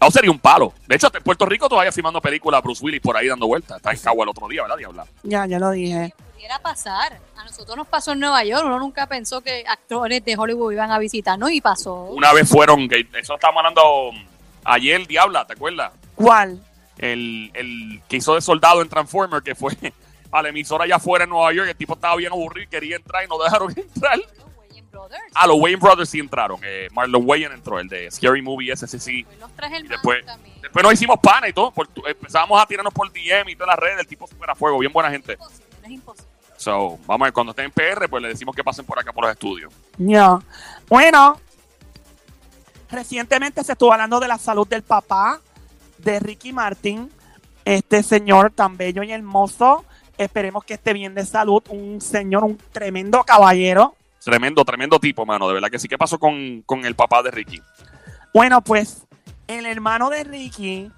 Speaker 1: No sería un palo. De hecho, hasta en Puerto Rico todavía filmando películas Bruce Willis por ahí dando vueltas. Está en Cagua el otro día, ¿verdad, Diabla?
Speaker 4: Ya, ya lo dije.
Speaker 2: pudiera pasar. A nosotros nos pasó en Nueva York. Uno nunca pensó que actores de Hollywood iban a visitarnos y pasó.
Speaker 1: Una vez fueron, que eso estábamos hablando ayer, Diabla, ¿te acuerdas?
Speaker 4: ¿Cuál?
Speaker 1: El, el que hizo de soldado en Transformer, que fue a la emisora allá afuera en Nueva York, el tipo estaba bien aburrido, y quería entrar y no dejaron entrar.
Speaker 2: Los Wayans Brothers.
Speaker 1: A los Wayne Brothers sí entraron. Eh, Marlon Wayne entró, el de Scary Movie ese, sí, sí.
Speaker 2: Después los traje
Speaker 1: Y
Speaker 2: el
Speaker 1: después,
Speaker 2: también.
Speaker 1: después nos hicimos pana y todo. por tu- empezábamos a tirarnos por DM y todas las redes. El tipo super a fuego, bien buena gente.
Speaker 2: Es imposible, es imposible.
Speaker 1: So, vamos a ver, cuando estén en PR, pues le decimos que pasen por acá por los estudios.
Speaker 4: Ya. Bueno, recientemente se estuvo hablando de la salud del papá de Ricky Martin, este señor tan bello y hermoso. Esperemos que esté bien de salud. Un señor, un tremendo caballero.
Speaker 1: Tremendo, tremendo tipo, mano. De verdad que sí. ¿Qué pasó con, con el papá de Ricky?
Speaker 4: Bueno, pues el hermano de Ricky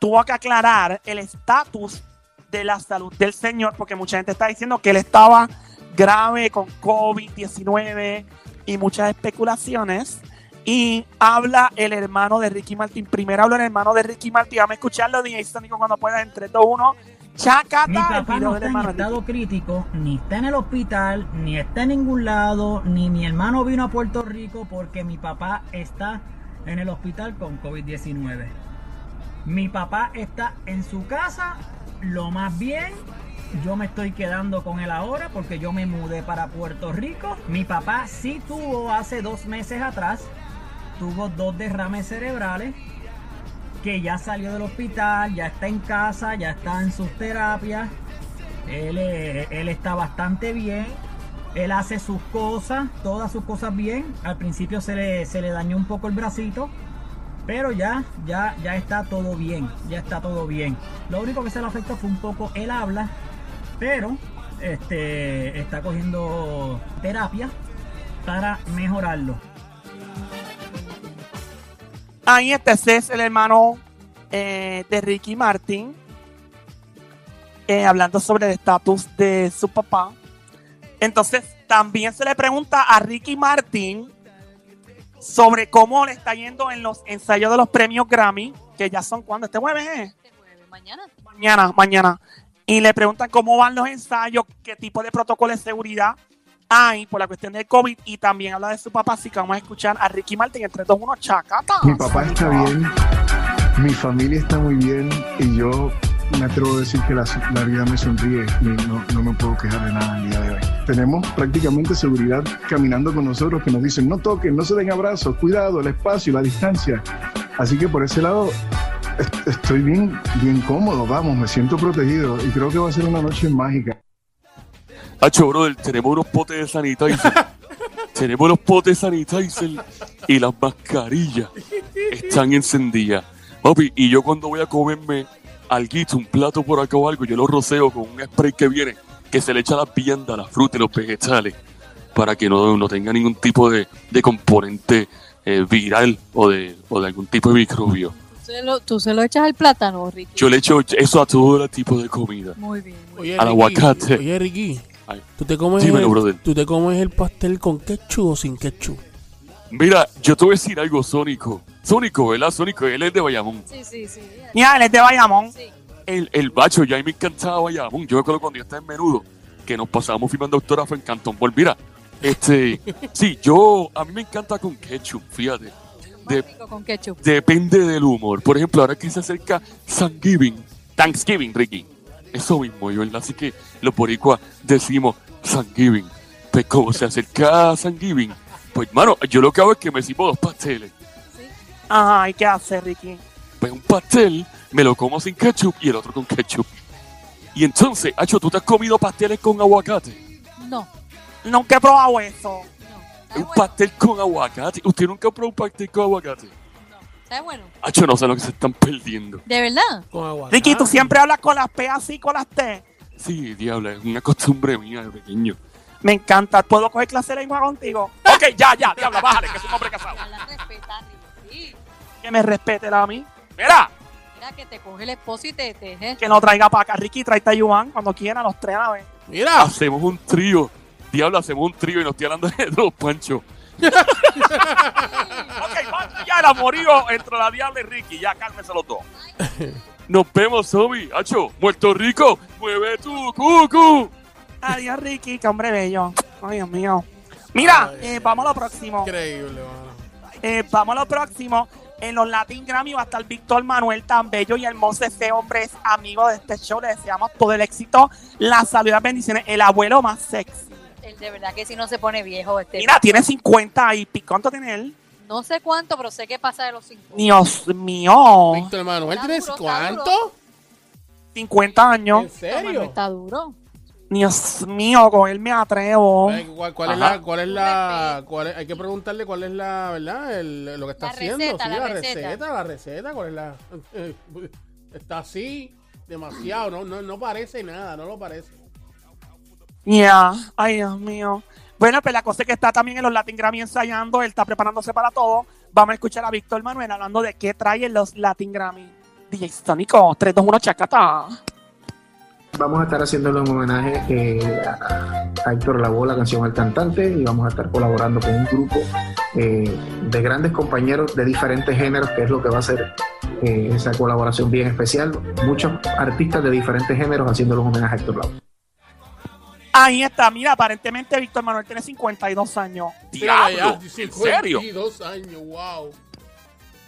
Speaker 4: tuvo que aclarar el estatus de la salud del señor, porque mucha gente está diciendo que él estaba grave con COVID-19 y muchas especulaciones. Y habla el hermano de Ricky Martin. Primero habla el hermano de Ricky Martin. Vamos a escucharlo, DJ Sónico, cuando pueda. En 3, 2, 1. Chacata,
Speaker 7: Mi
Speaker 4: el
Speaker 7: papá
Speaker 4: video
Speaker 7: no
Speaker 4: del
Speaker 7: está en
Speaker 4: hermano de Ricky.
Speaker 7: estado crítico, ni está en el hospital, ni está en ningún lado, ni mi hermano vino a Puerto Rico porque mi papá está en el hospital con COVID-19. Mi papá está en su casa, lo más bien. Yo me estoy quedando con él ahora porque yo me mudé para Puerto Rico. Mi papá sí tuvo hace dos meses atrás, tuvo dos derrames cerebrales que ya salió del hospital, ya está en casa, ya está en sus terapias. Él, eh, él está bastante bien. Él hace sus cosas, todas sus cosas bien. Al principio se le, se le dañó un poco el bracito. Pero ya, ya, ya está todo bien. Ya está todo bien. Lo único que se le afectó fue un poco el habla. Pero este, está cogiendo terapia para mejorarlo.
Speaker 4: Ahí está, ese es el hermano eh, de Ricky Martin, eh, hablando sobre el estatus de su papá. Entonces, también se le pregunta a Ricky Martin sobre cómo le está yendo en los ensayos de los premios Grammy, que ya son cuando este jueves, ¿eh?
Speaker 2: Este jueves, mañana.
Speaker 4: mañana, mañana. Y le preguntan cómo van los ensayos, qué tipo de protocolo de seguridad hay por la cuestión del COVID. Y también habla de su papá, así que vamos a escuchar a Ricky Martin en 3, 2, 1, chacata.
Speaker 8: Mi papá está bien, mi familia está muy bien y yo me atrevo a decir que la, la vida me sonríe. y No, no me puedo quejar de nada el día de hoy. Tenemos prácticamente seguridad caminando con nosotros que nos dicen no toquen, no se den abrazos, cuidado, el espacio, la distancia. Así que por ese lado est- estoy bien, bien cómodo, vamos, me siento protegido y creo que va a ser una noche mágica.
Speaker 1: Hacho, brother, tenemos unos potes de sanitizer. tenemos los potes de sanitizer y las mascarillas están encendidas. Papi, y yo cuando voy a comerme alguito, un plato por acá o algo, yo lo roceo con un spray que viene, que se le echa las viandas, las frutas y los vegetales, para que no, no tenga ningún tipo de, de componente eh, viral o de, o de algún tipo de microbio.
Speaker 2: Tú se lo, tú se lo echas al plátano, Ricky.
Speaker 1: Yo le echo eso a todo tipo de comida.
Speaker 2: Muy bien, muy bien.
Speaker 3: Oye,
Speaker 1: Al
Speaker 3: Ricky,
Speaker 1: aguacate.
Speaker 3: Oye, Ricky.
Speaker 1: Ay.
Speaker 3: ¿tú te, comes
Speaker 1: Dímelo,
Speaker 3: el,
Speaker 1: brother.
Speaker 3: ¿Tú te comes el pastel con ketchup o sin ketchup?
Speaker 1: Mira, yo te voy a decir algo, Sónico. Sónico, ¿verdad? Sónico, él es de Bayamón.
Speaker 2: Sí, sí, sí.
Speaker 4: Ya, él es de este Bayamón.
Speaker 2: Sí.
Speaker 1: El, el bacho, ya a mí me encantaba Bayamón. Yo me acuerdo cuando yo estaba en menudo, que nos pasábamos filmando autógrafo en Cantón Ball. Mira, este, sí, yo, a mí me encanta con ketchup, fíjate.
Speaker 2: Más
Speaker 1: De-
Speaker 2: rico con ketchup.
Speaker 1: Depende del humor. Por ejemplo, ahora que se acerca Thanksgiving, Thanksgiving, Ricky. Eso mismo, yo, ¿verdad? Así que los boricuas decimos Thanksgiving. Pues como se acerca Thanksgiving, pues, mano, yo lo que hago es que me sirvo dos pasteles.
Speaker 4: Ajá, ¿y qué hace Ricky?
Speaker 1: pues un pastel, me lo como sin ketchup y el otro con ketchup. Y entonces, Hacho, ¿tú te has comido pasteles con aguacate?
Speaker 2: No,
Speaker 4: Nunca he probado
Speaker 2: no.
Speaker 4: eso.
Speaker 1: Un
Speaker 2: ¿Sabe Ah, bueno?
Speaker 1: pastel con aguacate. ¿Usted nunca probó un pastel con aguacate?
Speaker 2: ¿Sabe bueno?
Speaker 1: Hacho, no sé lo que se están perdiendo.
Speaker 2: ¿De verdad?
Speaker 3: Con aguacate. Ah,
Speaker 4: Ricky, tú siempre hablas con las P así, con las T.
Speaker 1: Sí, diablo, es una costumbre mía de pequeño.
Speaker 4: Me encanta. ¿Puedo coger clase de lengua contigo?
Speaker 1: Ok, ya, ya, diabla, bájale, que es un hombre casado.
Speaker 2: Ya la respetan, sí.
Speaker 4: Que me respete la a mí.
Speaker 1: Mira,
Speaker 2: Mira que te coge el esposo y te deje.
Speaker 4: Que no traiga para acá. Ricky, trae a Yuan cuando quiera, los tres a la vez.
Speaker 3: Mira,
Speaker 1: hacemos un trío. Diablo, hacemos un trío y nos estoy hablando de los panchos. ok, basta ya el amorío entre la diabla y Ricky. Ya cálmense los dos. Nos vemos, Sobi. Hacho, Puerto Rico, mueve tu cucu.
Speaker 4: Adiós, Ricky, que hombre bello. Ay, Dios mío. Mira,
Speaker 3: Ay,
Speaker 4: eh, vamos a lo próximo.
Speaker 3: increíble, mano.
Speaker 4: Eh, vamos a lo próximo. En los Latin Grammy va a estar Víctor Manuel, tan bello y hermoso ese hombre, es amigo de este show. Le deseamos todo el éxito, la salud y las bendiciones. El abuelo más sexy.
Speaker 2: El de verdad que si no se pone viejo este.
Speaker 4: Mira, tiene 50 y pico. ¿Cuánto tiene él?
Speaker 2: No sé cuánto, pero sé que pasa de los 50.
Speaker 4: Dios mío.
Speaker 3: Víctor Manuel,
Speaker 2: Está
Speaker 3: ¿tienes
Speaker 2: duro, está
Speaker 3: cuánto?
Speaker 2: duro.
Speaker 4: 50 años.
Speaker 3: ¿En serio?
Speaker 2: Está duro.
Speaker 4: Dios mío, con él me atrevo.
Speaker 3: Ay, ¿Cuál, cuál es
Speaker 1: Ajá.
Speaker 3: la, cuál es la, cuál es- hay que preguntarle cuál es la, ¿verdad? El- lo que está
Speaker 2: La
Speaker 3: haciendo,
Speaker 2: receta,
Speaker 3: sí,
Speaker 2: la
Speaker 3: la receta.
Speaker 2: receta.
Speaker 3: la receta, cuál es la, está así, demasiado, no, no, no parece nada, no lo parece.
Speaker 4: Ya, ay Dios mío. Bueno, pero la cosa es que está también en los Latin Grammy ensayando, él está preparándose para todo. Vamos a escuchar a Víctor Manuel hablando de qué trae los Latin Grammy. DJ Sónico, 3, 2, 1, chacata.
Speaker 9: Vamos a estar haciéndole un homenaje eh, a a Héctor Lavoe, la canción al cantante, y vamos a estar colaborando con un grupo eh, de grandes compañeros de diferentes géneros, que es lo que va a ser eh, esa colaboración bien especial. Muchos artistas de diferentes géneros haciéndole un homenaje a Héctor Lavoe.
Speaker 4: Ahí está, mira, aparentemente Víctor Manuel tiene 52 años.
Speaker 1: Diablo, ¿en serio?
Speaker 3: 52 años, wow.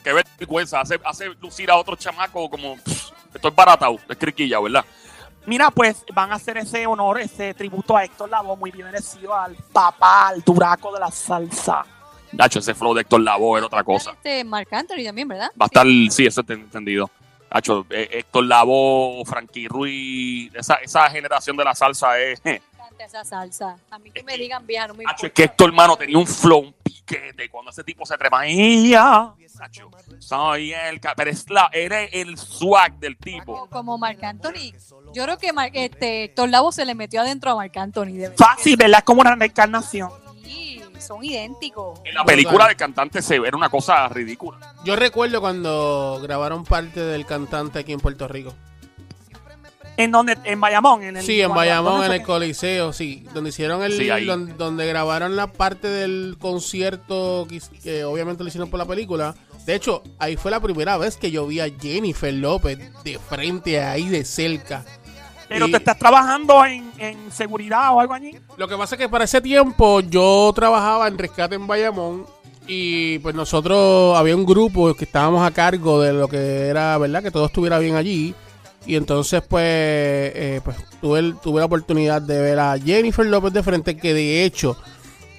Speaker 1: Qué vergüenza. Hace, hace lucir a otro chamaco como. pff, esto es baratao, es criquilla, ¿verdad?
Speaker 4: Mira, pues van a hacer ese honor, ese tributo a Héctor Lavoe, muy bien merecido al papá, al duraco de la salsa.
Speaker 1: Nacho, ese flow de Héctor Lavoe era otra cosa.
Speaker 2: Este Marc Anthony también, ¿verdad?
Speaker 1: Va a estar, sí, eso está entendido. Nacho, eh, Héctor Lavoe, Frankie Ruiz, esa, esa generación de la salsa es. eh.
Speaker 2: Sí, canta esa salsa. A mí que me digan vieja, no me
Speaker 1: Nacho, es
Speaker 2: importa.
Speaker 1: que Héctor, hermano, tenía un flow, un piquete cuando ese tipo se trema. ¡Ia! Nacho, soy el. ca- Pero es la, era el swag del tipo.
Speaker 2: Como, como Marc Anthony. Yo creo que Mar- este, Héctor Lavoe se le metió adentro a Marc Anthony. De verdad.
Speaker 4: Fácil, ¿verdad? Es como una reencarnación.
Speaker 2: Sí, son idénticos.
Speaker 1: En la película del cantante se ve, era una cosa ridícula.
Speaker 3: Yo recuerdo cuando grabaron parte del cantante aquí en Puerto Rico.
Speaker 4: ¿En donde En Bayamón. En el,
Speaker 3: Sí, en Bayamón,
Speaker 4: ¿dónde
Speaker 3: en
Speaker 4: fue
Speaker 3: el
Speaker 4: que-
Speaker 3: Coliseo, sí. Donde hicieron el.
Speaker 1: Sí, ahí.
Speaker 3: don- donde grabaron la parte del concierto que, his- que obviamente lo hicieron por la película. De hecho, ahí fue la primera vez que yo vi a Jennifer López de frente ahí, de cerca.
Speaker 4: Pero
Speaker 3: Y
Speaker 4: te estás trabajando en, en seguridad o algo allí.
Speaker 3: Lo que pasa es que para ese tiempo yo trabajaba en rescate en Bayamón. Y pues nosotros había un grupo que estábamos a cargo de lo que era, ¿verdad? Que todo estuviera bien allí. Y entonces, pues, eh, pues tuve, el- tuve la oportunidad de ver a Jennifer López de frente, que de hecho,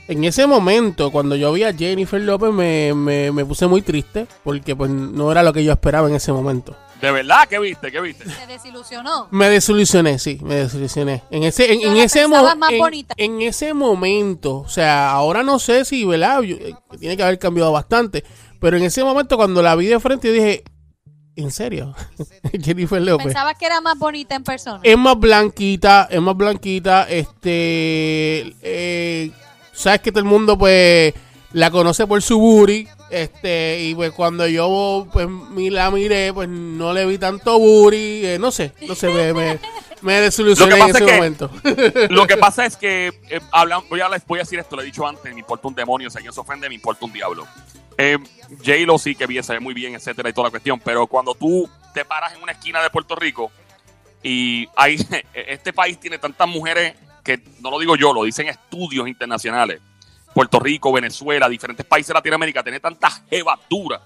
Speaker 3: en ese momento, cuando yo vi a Jennifer López, me, me, me puse muy triste, porque pues no era lo que yo esperaba en ese momento.
Speaker 1: De verdad, ¿qué viste? ¿Qué viste?
Speaker 2: Se desilusionó.
Speaker 3: Me desilusioné, sí, me desilusioné. En ese, en,
Speaker 2: Yo
Speaker 3: en
Speaker 2: la
Speaker 3: ese
Speaker 2: pensaba
Speaker 3: mo-
Speaker 2: más
Speaker 3: en-
Speaker 2: bonita.
Speaker 3: en ese momento, o sea, ahora no sé si, ¿verdad? Yo- eh, tiene que haber cambiado bastante, pero en ese momento cuando la vi de frente yo dije, ¿en serio? Jennifer López.
Speaker 2: Pensaba que era más bonita en persona.
Speaker 3: Es más blanquita, es más blanquita, este, eh, sabes que todo el mundo pues la conoce por su booty, este, y pues cuando yo pues mi- la miré, pues no le vi tanto booty, eh, no sé, no sé, me, me, me desilusioné
Speaker 1: Lo
Speaker 3: en
Speaker 1: que pasa
Speaker 3: ese
Speaker 1: es que-
Speaker 3: momento.
Speaker 1: Lo que pasa es que eh, hablan- voy, a, voy a decir esto, lo he dicho antes, me importa un demonio, si alguien se ofende, me importa un diablo. Eh, J-Lo sí que bien, se ve muy bien, etcétera, y toda la cuestión, pero cuando tú te paras en una esquina de Puerto Rico y hay, este país tiene tantas mujeres que, no lo digo yo, lo dicen estudios internacionales, Puerto Rico, Venezuela, diferentes países de Latinoamérica, tiene tantas jevaduras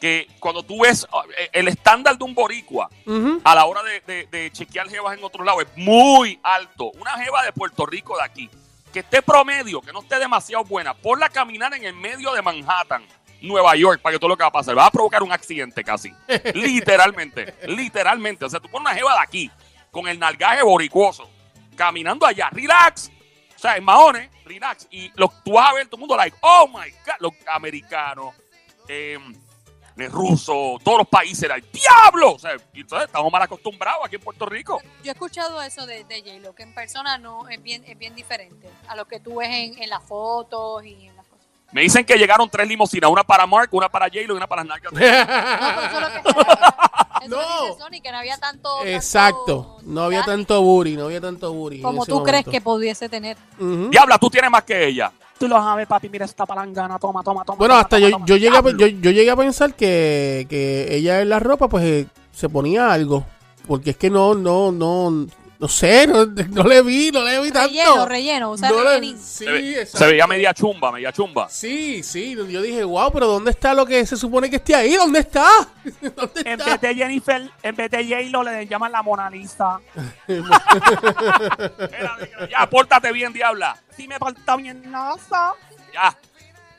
Speaker 1: que cuando tú ves eh, el estándar de un boricua
Speaker 3: Ujú.
Speaker 1: a la hora de, de- de chequear jevas en otro lado es muy alto. Una jeva de Puerto Rico de aquí, que esté promedio, que no esté demasiado buena, ponla a caminar en el medio de Manhattan, Nueva York, para que todo lo que va a pasar, va a provocar un accidente casi. literalmente, literalmente. O sea, tú pones una jeva de aquí, con el nalgaje boricuoso, caminando allá, relax. O sea, en Mahones, relax. Y los, tú vas a ver todo el mundo like, oh my God, los americanos. eh, eh, rusos, todos los países era el diablo. O sea, y entonces estamos mal acostumbrados aquí en Puerto Rico.
Speaker 2: Yo he escuchado eso de, de J-Lo, que en persona no es bien, es bien diferente a lo que tú ves en, en las fotos y en las cosas.
Speaker 1: Me dicen que llegaron tres limusinas, una para Mark, una para J-Lo y una para las nalgas de-
Speaker 2: No, pero eso es lo que eso
Speaker 3: No.
Speaker 2: lo dice Sony, que no había tanto. tanto
Speaker 3: Exacto. No había
Speaker 2: daño
Speaker 3: tanto booty, no había tanto booty. en
Speaker 2: Como
Speaker 3: ese
Speaker 2: tú crees
Speaker 3: momento.
Speaker 2: que pudiese tener.
Speaker 3: Ujú.
Speaker 1: Diabla, tú tienes más que ella.
Speaker 4: Tú lo sabes, papi, mira esta palangana, toma, toma, toma.
Speaker 3: Bueno,
Speaker 4: toma,
Speaker 3: hasta
Speaker 4: toma,
Speaker 3: yo,
Speaker 4: toma.
Speaker 3: yo, llegué a,
Speaker 1: Diablo.
Speaker 3: yo, yo llegué a pensar que, que ella en la ropa pues eh, se ponía algo. Porque es que no, no, no, no sé, no, no le vi, no le vi tanto.
Speaker 2: Relleno, relleno. O sea,
Speaker 3: No le-
Speaker 2: rellenín.
Speaker 3: sí,
Speaker 1: Se, ve-
Speaker 3: exacto.
Speaker 1: se veía media chumba, media chumba.
Speaker 3: Sí, sí, yo dije, wow, pero ¿dónde está lo que se supone que esté ahí? ¿Dónde está? ¿Dónde
Speaker 4: En
Speaker 3: está?
Speaker 4: vez de Jennifer, en vez de J-Lo, le llaman la Mona Lisa.
Speaker 1: Era de- ya, pórtate bien, Diabla.
Speaker 4: Si me porta bien, NASA.
Speaker 1: Ya.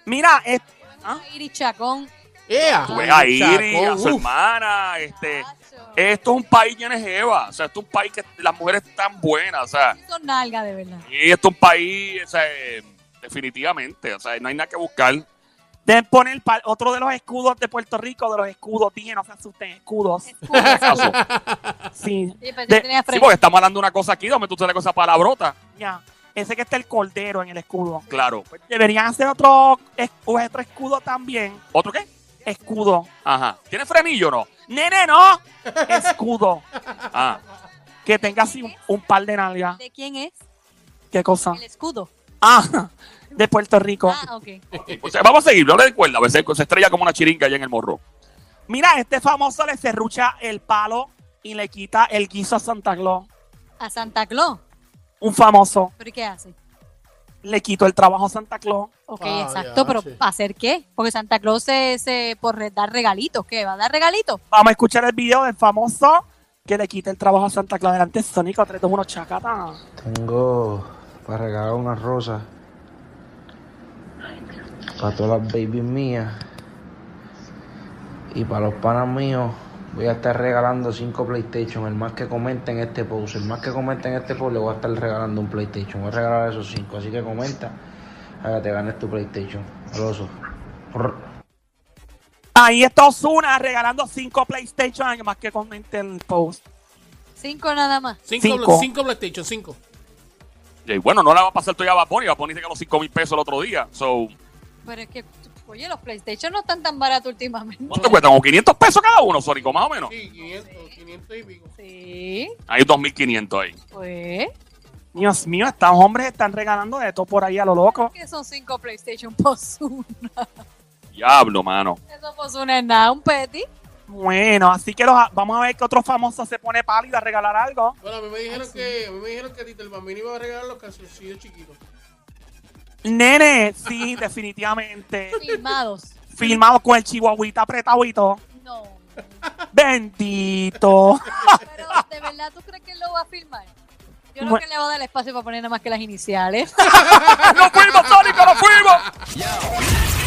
Speaker 4: Mira, es- ¿Ah?
Speaker 2: Iris Chacón.
Speaker 3: ¡Ea!
Speaker 1: Tú ves a Iris,
Speaker 3: Chacón,
Speaker 1: a su
Speaker 3: uf.
Speaker 1: hermana. Este,
Speaker 2: Chacho.
Speaker 1: esto es un país lleno de jeva. O sea, esto es un país que las mujeres están buenas. O sea,
Speaker 2: Son nalgas, de verdad.
Speaker 1: y esto es un país, o sea, eh, definitivamente. O sea, no hay nada que buscar.
Speaker 4: deben poner pa- otro de los escudos de Puerto Rico, de los escudos, dije, no se asusten, escudos.
Speaker 1: Caso.
Speaker 4: Sí,
Speaker 2: Sí, pero
Speaker 4: De-
Speaker 2: tenía
Speaker 1: Sí,
Speaker 2: frente.
Speaker 1: porque estamos hablando de una cosa aquí, donde tú te la cosa palabrota.
Speaker 4: ya. Ese que está el cordero en el escudo.
Speaker 1: Claro.
Speaker 4: Deberían hacer otro, es- otro escudo también.
Speaker 1: ¿Otro qué?
Speaker 4: Escudo.
Speaker 1: Ajá. ¿Tiene frenillo o no?
Speaker 4: Nene, no. Escudo.
Speaker 1: Ah.
Speaker 4: Que tenga así un, un par de nalgas.
Speaker 2: ¿De quién es?
Speaker 4: ¿Qué cosa?
Speaker 2: El escudo.
Speaker 4: Ah, de Puerto Rico.
Speaker 2: Ah, ok.
Speaker 1: O sea, vamos a seguir, no le den cuerda, a veces se estrella como una chiringa allá en el morro.
Speaker 4: Mira, este famoso le cerrucha el palo y le quita el guiso a Santa Claus.
Speaker 2: A Santa Claus.
Speaker 4: Un famoso
Speaker 2: ¿Pero y qué hace?
Speaker 4: le quitó el trabajo a Santa Claus.
Speaker 2: Ok,
Speaker 3: Ah,
Speaker 2: exacto,
Speaker 3: ya,
Speaker 2: pero
Speaker 3: sí.
Speaker 2: ¿hacer qué? Porque Santa Claus se, se por re- dar regalitos, ¿qué? ¿Va a dar regalitos?
Speaker 4: Vamos a escuchar el video del famoso que le quita el trabajo a Santa Claus delante de Sónico 321 Chacata.
Speaker 9: Tengo para regalar unas rosas para todas las babies mías y para los panas míos. Voy a estar regalando 5 PlayStation. El más que comente en este post, el más que comente en este post, le voy a estar regalando un PlayStation. Voy a regalar esos 5. Así que comenta para que te ganes tu PlayStation. Roso.
Speaker 4: Ahí está Osuna regalando cinco PlayStation, además que comente el post.
Speaker 2: Cinco nada más.
Speaker 3: Cinco,
Speaker 4: Cinco.
Speaker 3: cinco PlayStation, cinco.
Speaker 1: Y bueno, no la va a pasar todavía a Bad Bunny, Bad Bunny se ganó 5 mil pesos el otro día. So,
Speaker 2: Pero es que, oye, los PlayStation no están tan baratos últimamente.
Speaker 1: ¿Cuánto cuesta? Como 500 pesos cada uno, Sónico, más o menos.
Speaker 3: Sí, 500, 500 y pico.
Speaker 2: Sí,
Speaker 1: Hay 2.500 ahí.
Speaker 2: pues.
Speaker 4: Dios mío, estos hombres están regalando de todo por ahí a lo loco.
Speaker 2: ¿Qué son cinco PlayStation Posuna?
Speaker 1: Diablo, mano.
Speaker 2: Eso Posuna es nada, un petty.
Speaker 4: Bueno, así que los, vamos a ver que otro famoso se pone pálido a regalar algo.
Speaker 3: Bueno, a mí me
Speaker 2: Ah,
Speaker 3: dijeron que, a mí me dijeron que Tito el Bambino iba a regalar los calzoncillos chiquitos.
Speaker 4: Nene, sí, definitivamente.
Speaker 2: Filmados.
Speaker 4: Filmado con el chihuahuita apretadito.
Speaker 2: No.
Speaker 4: Bendito.
Speaker 2: Pero, ¿de verdad tú crees que él lo va a filmar? Yo creo
Speaker 4: Bueno.
Speaker 2: que le va a dar espacio para poner nada más que las iniciales.
Speaker 1: ¡Nos fuimos, Sónico, nos fuimos!